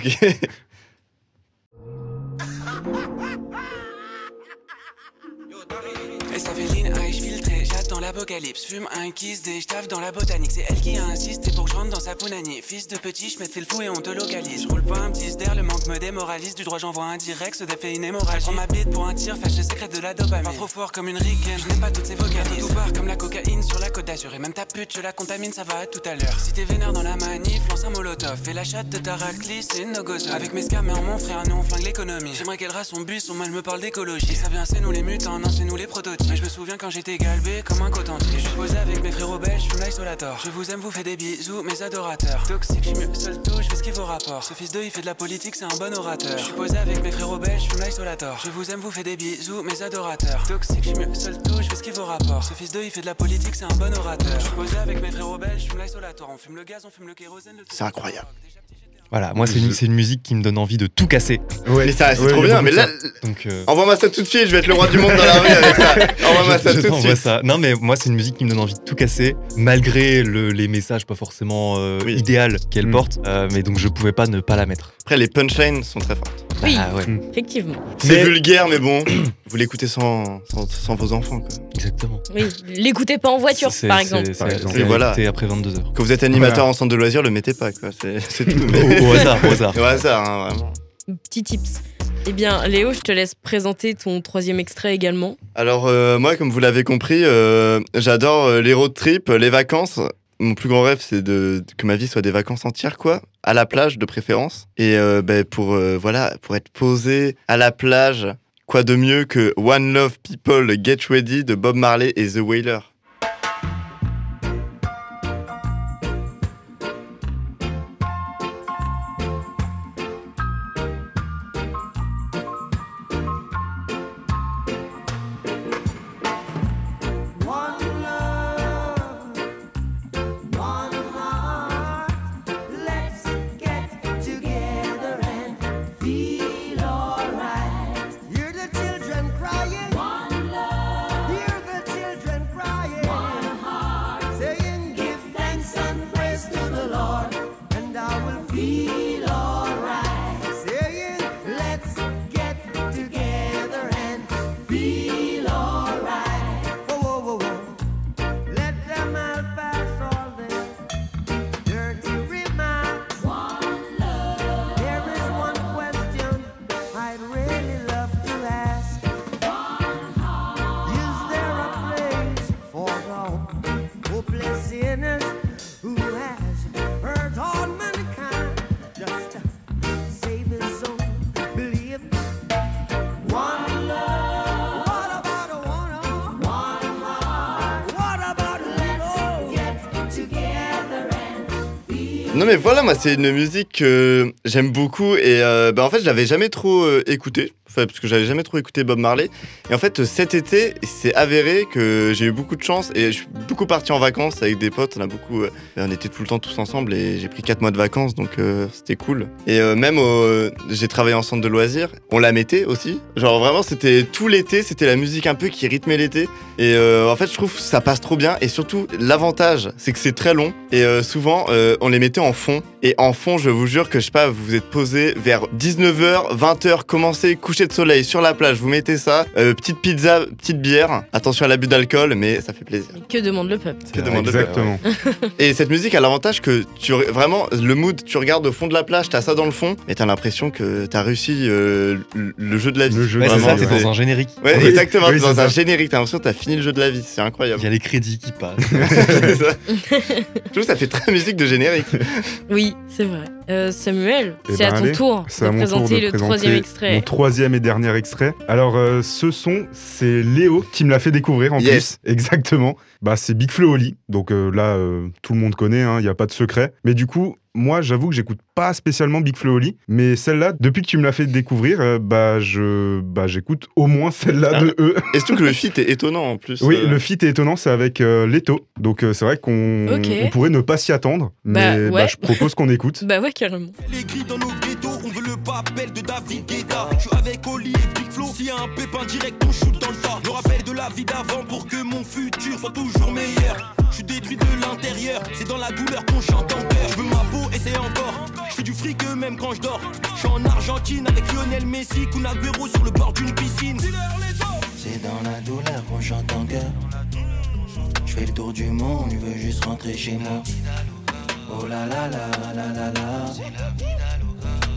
S9: Et ça fait lean, aïe, je filtrais, j'attends l'apocalypse. Fume un kiss, des j'taffe dans la botanique. C'est elle qui insiste, et pour que je rentre dans sa punani. Fils de petit, je fait le fou et on te localise. Je roule pas un petit d'air, le manque me démoralise. Du droit, j'envoie un direct, ce défait une hémorragie. Prends ma bite pour un tir, fâche le secret de la dopamine. Pas trop fort comme une rigaine, je n'ai pas toutes ces vocalises. Tout part comme la cocaïne sur la côte d'Azur. Et même ta pute, je la contamine, ça va à tout à l'heure. Si t'es vénère dans la manif, lance un molotov. Et la chatte de ta raclisse, c'est une no Avec mes scammers, mon frère, nous on flingue l'économie. J'aimerais qu'elle rase son bus, son mal me parle d'écologie. Et ça vient, c'est nous les mutants, non, c'est nous les prototypes. Mais je me souviens quand j'étais galbé comme un coton-tige. Je suis posé avec mes frérots belges, je fume l'isolator. Je vous aime, vous fais des bisous, mes adorateurs. Toxique, je suis mieux seul tout, je fais ce qu'il vos rapports. Ce fils de, il fait de la politique, c'est un bon orateur. Je suis posé avec mes frérots belges, je fume l'isolator. Je vous aime, vous fais des bisous, mes adorateurs. Toxique, je suis mieux seul tout, je fais ce qu'il vos rapports. Ce fils de, il fait de la politique, c'est un bon orateur. Je suis posé avec mes frérots belges, je fume l'isolator. On fume le gaz, on fume le kérosène. le-
S4: C'est incroyable.
S6: Voilà, moi, c'est une, c'est une musique qui me donne envie de tout casser.
S4: Mais ça, c'est
S5: Ouais,
S4: trop
S5: il y a
S4: bien. Mais
S5: beaucoup
S4: là,
S6: Donc. euh,
S4: envoie-moi ça tout de suite, je vais être le roi du monde dans la rue avec ça. Envoie-moi
S6: Je-
S4: ça
S6: je
S4: tout de
S6: t'envoie
S4: suite.
S6: bah, ça. Non, mais moi, c'est une musique qui me donne envie de tout casser, malgré le- les messages pas forcément euh,
S4: Oui.
S6: idéal qu'elle
S5: Mm.
S6: porte. Euh, mais donc, je pouvais pas ne pas la mettre.
S4: Après, les punchlines sont très fortes.
S3: Oui,
S6: Ah ouais,
S3: effectivement.
S4: C'est vulgaire, mais bon, vous l'écoutez sans, sans, sans vos enfants. Quoi.
S6: exactement.
S3: Oui, l'écoutez pas en voiture,
S6: C'est-
S3: par
S6: c'est-
S3: exemple.
S6: c'est-
S5: Par exemple.
S6: c'est
S4: Et voilà.
S6: écouté après 22h.
S4: Quand vous êtes animateur en centre de loisirs, le mettez pas. quoi. C'est c'est tout. mais-
S6: Au, au hasard, au hasard.
S4: Au hasard, hein, vraiment.
S3: Petit tips. Eh bien, Léo, je te laisse présenter ton troisième extrait également.
S4: Alors euh, moi, comme vous l'avez compris, euh, j'adore euh, les road trips, les vacances. Mon plus grand rêve, c'est de que ma vie soit des vacances entières, quoi, à la plage de préférence. Et euh, ben, pour euh, voilà, pour être posé à la plage, quoi de mieux que One Love People Get Ready de Bob Marley et The Wailer.
S10: Hear the children crying. Hear the children crying.
S4: Non mais voilà, moi c'est une musique que j'aime beaucoup et euh, bah, en fait je l'avais jamais trop euh, écoutée, enfin, parce que j'avais jamais trop écouté Bob Marley. Et en fait euh, cet été, c'est avéré que j'ai eu beaucoup de chance et je suis beaucoup parti en vacances avec des potes, on a beaucoup, euh, on était tout le temps tous ensemble et j'ai pris 4 mois de vacances donc euh, c'était cool. Et euh, même au- j'ai travaillé en centre de loisirs, on la mettait aussi. Genre vraiment c'était tout l'été, c'était la musique un peu qui rythmait l'été. Et euh, en fait, je trouve que ça passe trop bien. Et surtout, l'avantage, c'est que c'est très long. Et euh, souvent, euh, on les mettait en fond. Et en fond, je vous jure que, je sais pas, vous vous êtes posé vers 19h, 20h, commencez, coucher de soleil sur la plage, vous mettez ça. euh, petite pizza, petite bière. Attention à l'abus d'alcool, mais ça fait plaisir.
S3: Mais que demande le peuple
S4: Que demande le peuple.
S5: Exactement.
S4: Et cette musique a l'avantage que tu re- vraiment le mood, tu regardes au fond de la plage, t'as ça dans le fond, et t'as l'impression que t'as réussi euh, le le jeu de la vie.
S5: Le jeu
S6: Ouais,
S5: de
S6: c'est
S5: Vraiment,
S6: ça,
S5: vie,
S6: t'es
S5: ouais.
S6: dans un générique.
S4: Ouais,
S5: Oui,
S4: exactement.
S5: oui,
S4: t'es dans
S5: c'est ça.
S4: un générique, t'as l'impression que t'as fini le jeu de la vie. C'est incroyable.
S6: Il y a les crédits qui passent.
S4: C'est ça. Je trouve que ça fait très musique de générique.
S3: Oui, c'est vrai. Euh, Samuel,
S5: Eh
S3: c'est à
S5: ben,
S3: ton
S5: allez,
S3: tour
S5: C'est
S3: de
S5: à mon tour
S3: présenter
S5: de
S3: le
S5: présenter
S3: troisième
S5: Mon
S3: extrait.
S5: troisième et dernier extrait. Alors, euh, ce son, c'est Léo qui me l'a fait découvrir en
S4: Yes.
S5: plus. Exactement. Bah, c'est Big Flo Oli. Donc euh, là, euh, tout le monde connaît, il n'y a pas de secret. Mais du coup, moi, j'avoue que j'écoute pas spécialement Big Flo Oli. Mais celle-là, depuis que tu me l'as fait découvrir, euh, bah, je, bah, j'écoute au moins celle-là de eux.
S4: Et surtout que le feat est étonnant en plus.
S5: Oui,
S4: Euh,
S5: le feat est étonnant, c'est avec euh, Leto. Donc euh, c'est vrai qu'on
S3: Ok.
S5: on pourrait ne pas s'y attendre.
S3: Bah,
S5: Mais bah,
S3: ouais.
S5: je propose qu'on écoute.
S3: Bah ouais, carrément.
S12: Les grilles dans nos ghettos, on veut le papel de David Guetta. Je suis avec Oli et Big Flo. S'il y a un pépin direct, on shoot dans le tas. Je rappelle de la vie d'avant pour que mon futur soit toujours meilleur. Je suis détruit de l'intérieur, c'est dans la douleur qu'on chante en cœur. Je veux ma peau, essayer encore. Je fais du fric même quand je dors. Je suis en Argentine avec Lionel Messi, Kun Agüero sur le bord d'une piscine.
S8: C'est dans la douleur qu'on chante en cœur. Je fais le tour du monde, je veux juste rentrer chez moi. Oh la la la la la la.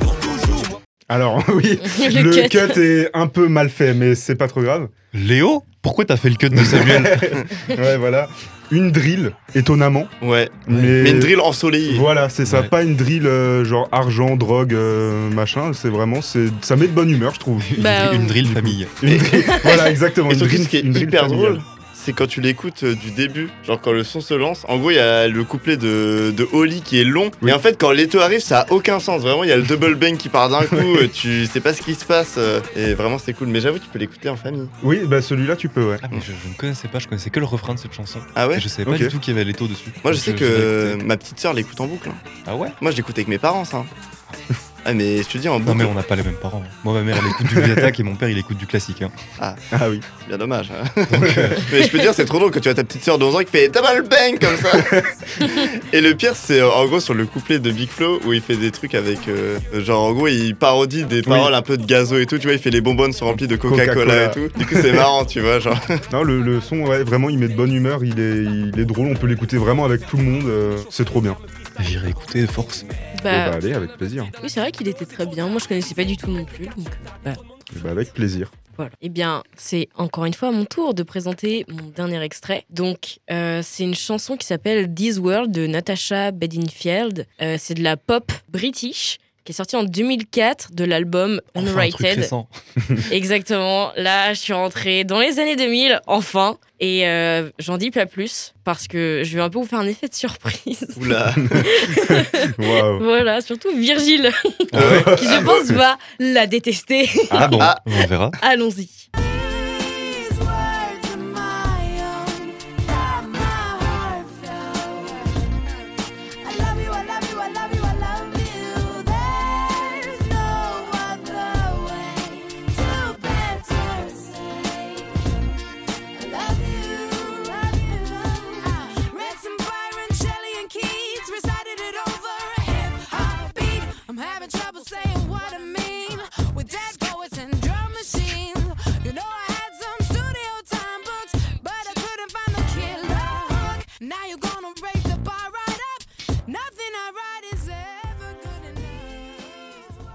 S12: pour toujours.
S5: Alors oui,
S3: Le cut.
S5: le, cut. est un peu mal fait, mais c'est pas trop grave.
S6: Léo, pourquoi t'as fait le cut de Samuel
S5: Ouais, voilà. Une drill, étonnamment.
S4: Ouais.
S5: Mais,
S4: Mais une drill ensoleillée.
S5: Voilà, c'est ça.
S6: Ouais.
S5: Pas une drill euh, genre argent, drogue, euh, machin. C'est vraiment, c'est, ça met de bonne humeur, je trouve.
S6: Une
S3: Bah,
S6: dri-
S3: euh,
S6: Une drill famille.
S5: Une drill- voilà, exactement.
S4: Et
S5: une
S4: surtout,
S5: drill,
S4: ce qui est
S5: une drill
S4: hyper
S5: familiale.
S4: drôle, c'est quand tu l'écoutes euh, du début, genre quand le son se lance. En gros, il y a le couplet de, de Holly qui est long.
S5: Oui.
S4: Et en fait, quand l'étau arrive, ça a aucun sens. Vraiment, il y a le double bang qui part d'un coup. euh, tu sais pas ce qui se passe. euh, Et vraiment, c'est cool. Mais j'avoue, tu peux l'écouter en famille.
S5: Oui, bah celui-là, tu peux, ouais.
S6: Ah, mais je, je ne connaissais pas, je connaissais que le refrain de cette chanson.
S4: Ah ouais
S6: Et je savais pas
S5: Ok.
S6: du tout qu'il y avait les taux dessus.
S4: Moi, je
S6: Donc,
S4: sais
S6: euh,
S4: que
S6: j'aurais
S4: ma petite sœur l'écoute en boucle. hein.
S6: écouté. Ah ouais
S4: Moi, je l'écoute avec mes parents, ça. hein. Ah, mais je te dis, en
S6: Non,
S4: boucle,
S6: mais on n'a pas les mêmes parents. Moi, ma mère, elle écoute du Viatak et mon père, il écoute du classique. hein.
S5: Ah oui.
S4: c'est bien dommage. hein.
S5: euh,
S4: Mais je peux dire, c'est trop drôle quand tu as ta petite sœur de 11 ans qui fait double bang comme ça. et le pire, c'est euh, en gros sur le couplet de Big Flo où il fait des trucs avec. euh, genre, en gros, il parodie des paroles un peu de gazo et tout. Tu vois, il fait les bonbonnes sont remplies de Coca-Cola
S5: Coca-Cola.
S4: et tout. Du coup, c'est marrant, tu vois. Genre,
S5: Non, le, le son, ouais, vraiment, il met de bonne humeur, il est, il est drôle, on peut l'écouter vraiment avec tout le monde, euh, c'est trop bien.
S6: J'irai écouter de force.
S5: Eh
S3: Bah,
S5: bah, allez, avec plaisir.
S3: oui, c'est vrai qu'il était très bien. Moi, je connaissais pas du tout non plus. Donc, euh, bah,
S5: Eh bah, avec plaisir.
S3: Voilà. Eh bien, c'est encore une fois à mon tour de présenter mon dernier extrait. Donc, euh, c'est une chanson qui s'appelle This World de Natasha Bedingfield. Euh, c'est de la pop british qui est sortie en 2004 de l'album
S6: Enfin, un truc
S3: Unrated.
S6: récent.
S3: Exactement. Là, je suis rentrée dans les années 2000, enfin. Et euh, j'en dis pas plus parce que je vais un peu vous faire un effet de surprise.
S4: oula.
S5: Waouh.
S3: Voilà, surtout Virgile,
S6: Ah ouais
S3: qui je pense va la détester.
S6: Ah bon,
S4: Ah.
S6: on verra.
S3: Allons-y.
S13: These words are my own that my heart felt. I love you, I love you, I love you, I love you. There's no other way to better say I love you, love you, love you. Read some Byron, Shelley, and Keats, recited it over a hip hop beat. I'm having trouble saying what I mean with dead poets and drum machines. You know I had some studio time books, but I couldn't find the killer hook. Now you're gonna raise the bar right up. Nothing I write is ever good enough.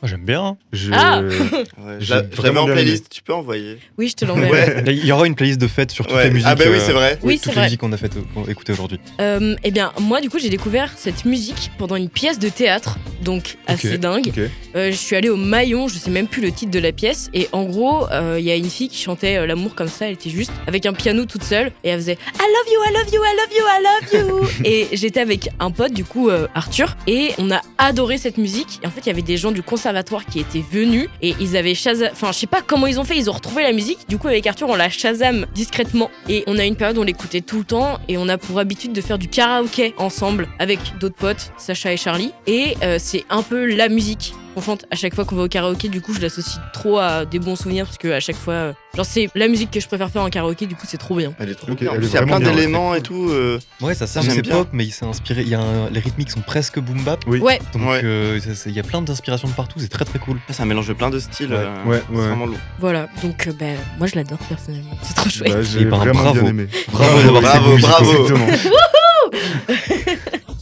S6: Moi, J'aime bien. hein.
S5: Je-
S3: Ah
S4: Ouais, je
S5: J'ai
S4: la- je la mets
S5: vraiment
S4: en
S5: bien
S4: playlist, tu peux envoyer.
S3: Oui, je te l'enverrai.
S4: Ouais.
S6: Il y aura une playlist de fête sur toutes
S4: Ouais.
S6: les musiques.
S4: ah bah oui,
S6: euh,
S4: c'est vrai.
S3: Oui, c'est
S6: toutes les
S3: vrai.
S6: musiques qu'on a fait qu'on a écoutées aujourd'hui.
S3: Euh, eh bien, moi, du coup, j'ai découvert cette musique pendant une pièce de théâtre, donc assez dingue.
S5: ok.
S3: Euh, je suis allée au Maillon, je sais même plus le titre de la pièce, et en gros, euh, il y a une fille qui chantait euh, l'amour comme ça, elle était juste avec un piano toute seule, et elle faisait I love you, I love you, I love you, I love you. et j'étais avec un pote, du coup, euh, Arthur, et on a adoré cette musique. Et en fait, il y avait des gens du conservatoire qui étaient venus, et ils avaient Shazam. Enfin, je sais pas comment ils ont fait, ils ont retrouvé la musique. Du coup, avec Arthur, on la Shazam discrètement, et on a une période où on l'écoutait tout le temps, et on a pour habitude de faire du karaoké ensemble avec d'autres potes, Sacha et Charlie, et euh, c'est un peu la musique qu'on chante à chaque fois qu'on va au karaoké. Du coup, je l'associe trop à des bons souvenirs parce que à chaque fois, euh, genre c'est la musique que je préfère faire en karaoké. Du coup, c'est trop bien.
S4: Elle est trop
S5: Ok,
S4: bien. En
S5: elle est
S4: plus, il y a
S5: vraiment
S4: plein
S5: bien, ouais.
S4: d'éléments et tout. euh,
S6: Ouais, ça,
S4: Ça,
S6: ça c'est
S4: j'aime bien.
S6: pop, mais il s'est inspiré. Il y a un- les rythmiques sont presque boom bap.
S5: Oui.
S3: Ouais.
S6: Donc
S4: Ouais.
S6: euh, ça, c'est- il y a plein d'inspirations de partout. C'est très très cool.
S4: Ah, C'est un mélange de plein de styles.
S5: Ouais,
S4: euh,
S5: ouais,
S4: c'est
S5: ouais.
S4: Vraiment lourd.
S3: Voilà. Donc, euh, ben, moi, je l'adore personnellement. C'est trop chouette.
S5: Bah,
S6: Et
S5: J'ai
S6: ben,
S5: vraiment
S6: bravo.
S5: bien aimé.
S6: Bravo
S4: d'avoir cette musique.
S5: Exactement.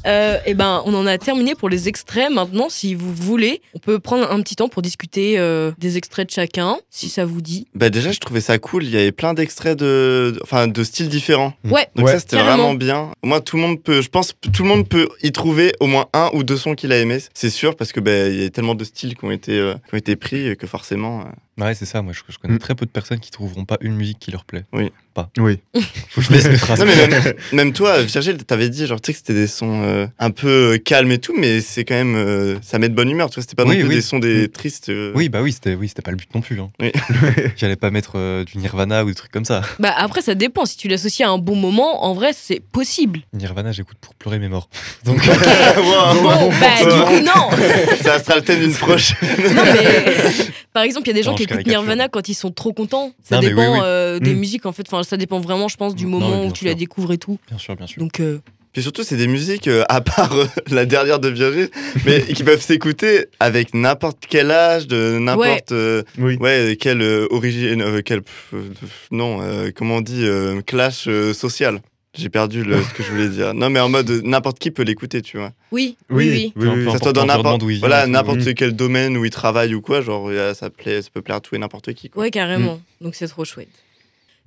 S3: Euh, et ben, on en a terminé pour les extraits. Maintenant, si vous voulez, on peut prendre un petit temps pour discuter euh, des extraits de chacun, si ça vous dit.
S4: Bah déjà, je trouvais ça cool. Il y avait plein d'extraits de, de- enfin, de styles différents.
S6: Hmm.
S3: Ouais.
S4: Donc
S5: Ouais.
S4: ça, c'était
S3: Carrément.
S4: vraiment bien. Au moins, tout le monde peut, je pense, que tout le monde peut y trouver au moins un ou deux sons qu'il a aimé. C'est sûr, parce que bah, il y a tellement de styles qui ont été, euh, qui ont été pris euh, que forcément. euh,
S6: Bah Ouais, c'est ça. Moi, je, je connais
S5: Mm.
S6: très peu de personnes qui trouveront pas une musique qui leur plaît.
S4: Oui.
S6: Pas.
S5: Oui.
S6: Faut que je laisse mes phrases.
S4: Non, mais même, euh, même toi, Virgile, t'avais dit, genre, tu sais que c'était des sons euh, un peu euh, calmes et tout, mais c'est quand même. euh, ça met de bonne humeur, tu vois. C'était pas non
S6: Oui,
S4: plus
S6: oui.
S4: des sons des tristes. euh,
S6: Oui, bah oui, c'était oui, c'était pas le but non plus. Hein.
S4: Oui.
S6: J'allais pas mettre euh, du Nirvana ou des trucs comme ça.
S3: Bah après, ça dépend. Si tu l'associes à un bon moment, en vrai, c'est possible.
S6: Nirvana, j'écoute pour pleurer mes morts. Donc Ah
S4: Wow.
S3: Bon, bah, du coup, non.
S4: ça sera le thème d'une prochaine.
S3: Non, mais par exemple, il y a des gens
S6: Non,
S3: qui
S6: je
S3: écoutent
S6: caricature.
S3: Nirvana quand ils sont trop contents. Ça
S6: Non, mais oui,
S3: dépend
S6: oui. Hmm.
S3: euh, des
S5: Mm.
S3: musiques en fait. Enfin, ça dépend vraiment, je pense, du
S6: Non,
S3: moment
S6: mais bien
S3: où tu
S6: sûr.
S3: la découvres et tout.
S6: bien sûr, bien sûr.
S3: Donc, euh,
S4: Puis surtout, c'est des musiques, euh, à part euh, la dernière de Virgile, mais qui peuvent s'écouter avec n'importe quel âge, de n'importe. euh,
S5: Oui.
S4: Ouais, quelle euh, origine, euh, quelle, pff, euh, pff, non, euh, comment on dit, euh, clash euh, social. J'ai perdu le, ce que je voulais dire. Non, mais en mode euh, n'importe qui peut l'écouter, tu vois.
S3: oui, oui,
S5: Oui,
S3: oui.
S5: oui, oui.
S6: Peu
S4: Ça
S6: importe
S4: soit dans
S6: l'environnement
S4: n'importe,
S6: d'où il vient et
S4: voilà,
S6: tout.
S4: n'importe quel domaine où il travaille ou quoi, genre euh, ça plaît, ça peut plaire à tout et n'importe qui. Quoi.
S3: Ouais, carrément.
S5: Mm.
S3: Donc, c'est trop chouette.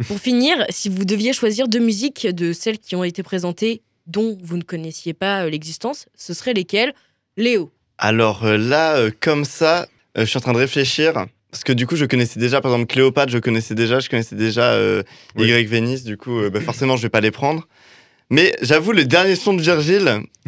S3: Pour finir, si vous deviez choisir deux musiques de celles qui ont été présentées dont vous ne connaissiez pas euh, l'existence, ce seraient lesquelles Léo.
S4: Alors euh, là, euh, comme ça, euh, je suis en train de réfléchir. Parce que du coup, je connaissais déjà, par exemple, Cléopâtre, je connaissais déjà, je connaissais déjà euh,
S5: Oui.
S4: Y Venice, du coup, euh, bah, forcément, je vais pas les prendre. Mais j'avoue, le dernier son de Virgile,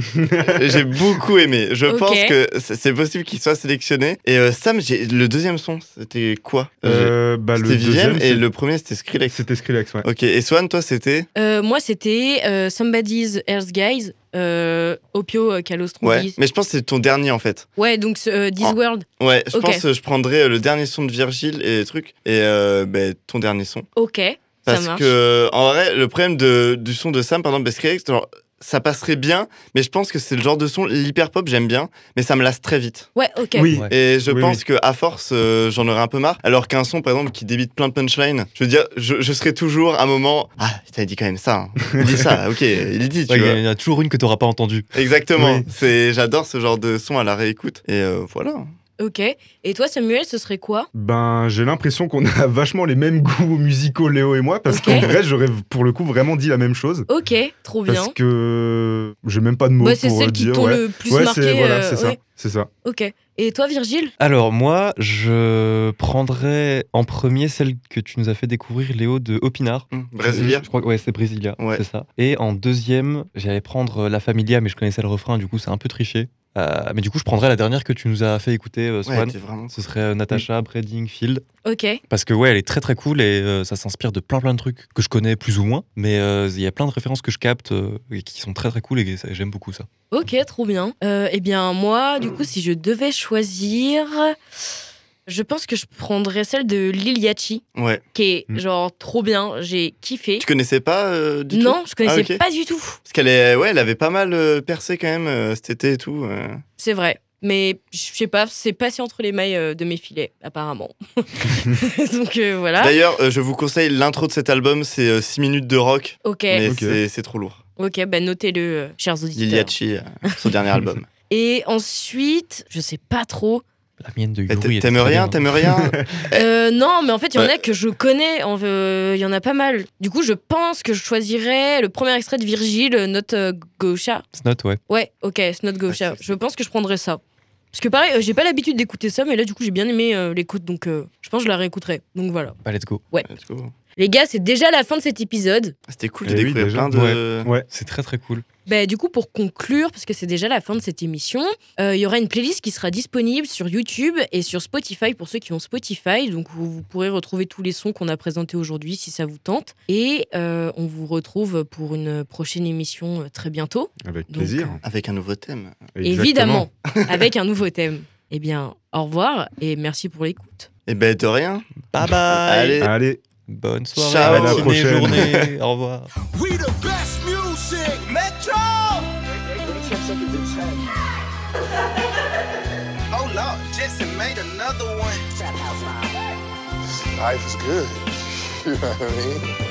S4: j'ai beaucoup aimé. Je
S3: Ok.
S4: pense que c'est c'est possible qu'il soit sélectionné. Et euh, Sam, j'ai- le deuxième son, c'était quoi
S5: Euh, bah, le
S4: C'était Vivienne
S5: deuxième,
S4: et
S5: c'est-
S4: le premier, c'était Skrillex.
S5: C'était Skrillex, ouais.
S4: Ok, et Swan, toi, c'était
S3: Euh, moi, c'était euh, Somebody's Earth Guys, euh, Opio euh,
S4: Ouais.
S3: Calostrodis. Ouais.
S4: Mais je pense que c'est ton dernier, en fait.
S3: donc ce, euh, This
S5: Ah.
S4: Oh.
S3: World.
S4: Ouais, je
S3: Ok.
S4: pense que je prendrais euh, le dernier son de Virgile et truc, et euh, bah, ton dernier son.
S3: Ok, ça
S4: Parce
S3: marche.
S4: que, en vrai, le problème de- du son de Sam, par exemple, Skrillex, genre, ça passerait bien, mais je pense que c'est le genre de son, l'hyper pop, j'aime bien, mais ça me lasse très vite.
S3: Ouais, ok.
S5: Oui.
S6: Ouais.
S4: Et je
S5: Oui,
S4: pense que à force, euh, j'en aurais un peu marre. Alors qu'un son, par exemple, qui débite plein de punchlines, je veux dire, je, je serai toujours à un moment. Ah, putain, il dit quand même ça. hein. Il dit ça, ok, il dit, tu
S6: Ouais, Il
S4: vois.
S6: y en a toujours une que t'auras pas entendue.
S4: Exactement.
S5: Oui.
S4: C'est, j'adore ce genre de son à la réécoute. Et euh, voilà.
S3: Ok. Et toi, Samuel, ce serait quoi
S5: Ben, j'ai l'impression qu'on a vachement les mêmes goûts musicaux, Léo et moi, parce
S3: Ok.
S5: qu'en vrai, j'aurais pour le coup vraiment dit la même chose.
S3: Ok, trop bien.
S5: Parce que j'ai même pas de mots
S3: Bah, c'est
S5: pour euh,
S3: celles qui
S5: dire.
S3: t'ont
S5: ouais.
S3: le plus
S5: Ouais,
S3: marqué.
S5: c'est voilà,
S3: euh,
S5: c'est ça,
S3: ouais.
S5: c'est ça.
S3: Ok. Et toi, Virgile
S6: Alors moi, je prendrais en premier celle que tu nous as fait découvrir, Léo de Opinard.
S4: Hum, Brasilia.
S6: Je crois que ouais, c'est Brasilia,
S4: Ouais.
S6: c'est ça. Et en deuxième, j'allais prendre euh, La Familia, mais je connaissais le refrain, du coup c'est un peu triché. Euh, mais du coup, je prendrais la dernière que tu nous as fait écouter, euh,
S4: Ouais, Mm.
S6: Swan.
S4: t'es vraiment.
S6: Ce serait euh, Natasha Bredingfield.
S3: Ok.
S6: Parce que ouais, elle est très très cool et euh, ça s'inspire de plein plein de trucs que je connais plus ou moins. Mais euh, il y a plein de références que je capte euh, et qui sont très très cool et ça- j'aime beaucoup ça.
S3: Ok, trop bien. Euh, eh bien, moi, du coup, si je devais choisir, je pense que je prendrais celle de Lil Yachty,
S4: Ouais.
S3: qui est
S5: Mm.
S3: genre trop bien. J'ai kiffé.
S4: Tu connaissais pas euh, du tout
S3: Non, je connaissais
S4: Ah, ok.
S3: pas du tout.
S4: Parce qu'elle est, ouais, elle avait pas mal euh, percé quand même euh, cet été et tout. euh.
S3: C'est vrai. Mais je sais pas, c'est passé entre les mailles euh, de mes filets, apparemment. Donc euh, voilà.
S4: D'ailleurs, euh, je vous conseille l'intro de cet album, c'est 6 minutes de rock,
S3: Ok,
S4: mais
S5: Ok.
S4: c'est- c'est trop lourd.
S3: ok, bah notez-le, euh, chers auditeurs.
S4: Liliachi, euh, son dernier album.
S3: Et ensuite, je sais pas trop.
S6: La mienne de
S4: Et
S6: Yuri. elle
S4: t'a-
S6: est
S4: Eh, T'aimes
S6: très bien.
S4: rien,
S6: hein.
S4: t'aimes rien.
S3: Euh, non, mais en fait, il y en
S4: Eh. Ouais.
S3: a que je connais. en- euh, Il y en a pas mal. Du coup, je pense que je choisirais le premier extrait de Virgile, euh, Note euh, Gaucha.
S6: Snot, ouais.
S3: Ouais, ok, It's Not Gaucha.
S4: Ah, c'est-
S3: je pense que je prendrais ça. Parce que pareil, euh, j'ai pas l'habitude d'écouter ça, mais là, du coup, j'ai bien aimé euh, l'écoute, donc euh, je pense que je la réécouterai. Donc voilà.
S6: Bah, let's go.
S4: Let's go.
S3: Les gars, c'est déjà la fin de cet épisode.
S4: C'était cool
S5: Eh
S4: de
S5: oui,
S4: découvrir
S5: déjà.
S4: plein de.
S5: Ouais.
S6: C'est très très cool.
S3: Bah, du coup, pour conclure, parce que c'est déjà la fin de cette émission, euh, il y aura une playlist qui sera disponible sur YouTube et sur Spotify pour ceux qui ont Spotify. Donc, vous, vous pourrez retrouver tous les sons qu'on a présentés aujourd'hui si ça vous tente. Et euh, on vous retrouve pour une prochaine émission euh, très bientôt,
S5: Avec
S3: Donc,
S5: plaisir.
S4: Avec un nouveau thème.
S5: Exactement.
S3: évidemment, avec un nouveau thème. Eh bien, au revoir et merci pour l'écoute.
S4: Et ben de rien.
S6: Bye bye.
S4: Allez.
S5: Allez,
S6: Bonne soirée.
S4: Ciao.
S6: bonne
S4: À la
S6: matinée,
S5: prochaine.
S6: journée. Au revoir.
S1: We the best music, Metro. Oh Lord, Jesse made another one.
S2: Life is good. you know what I mean?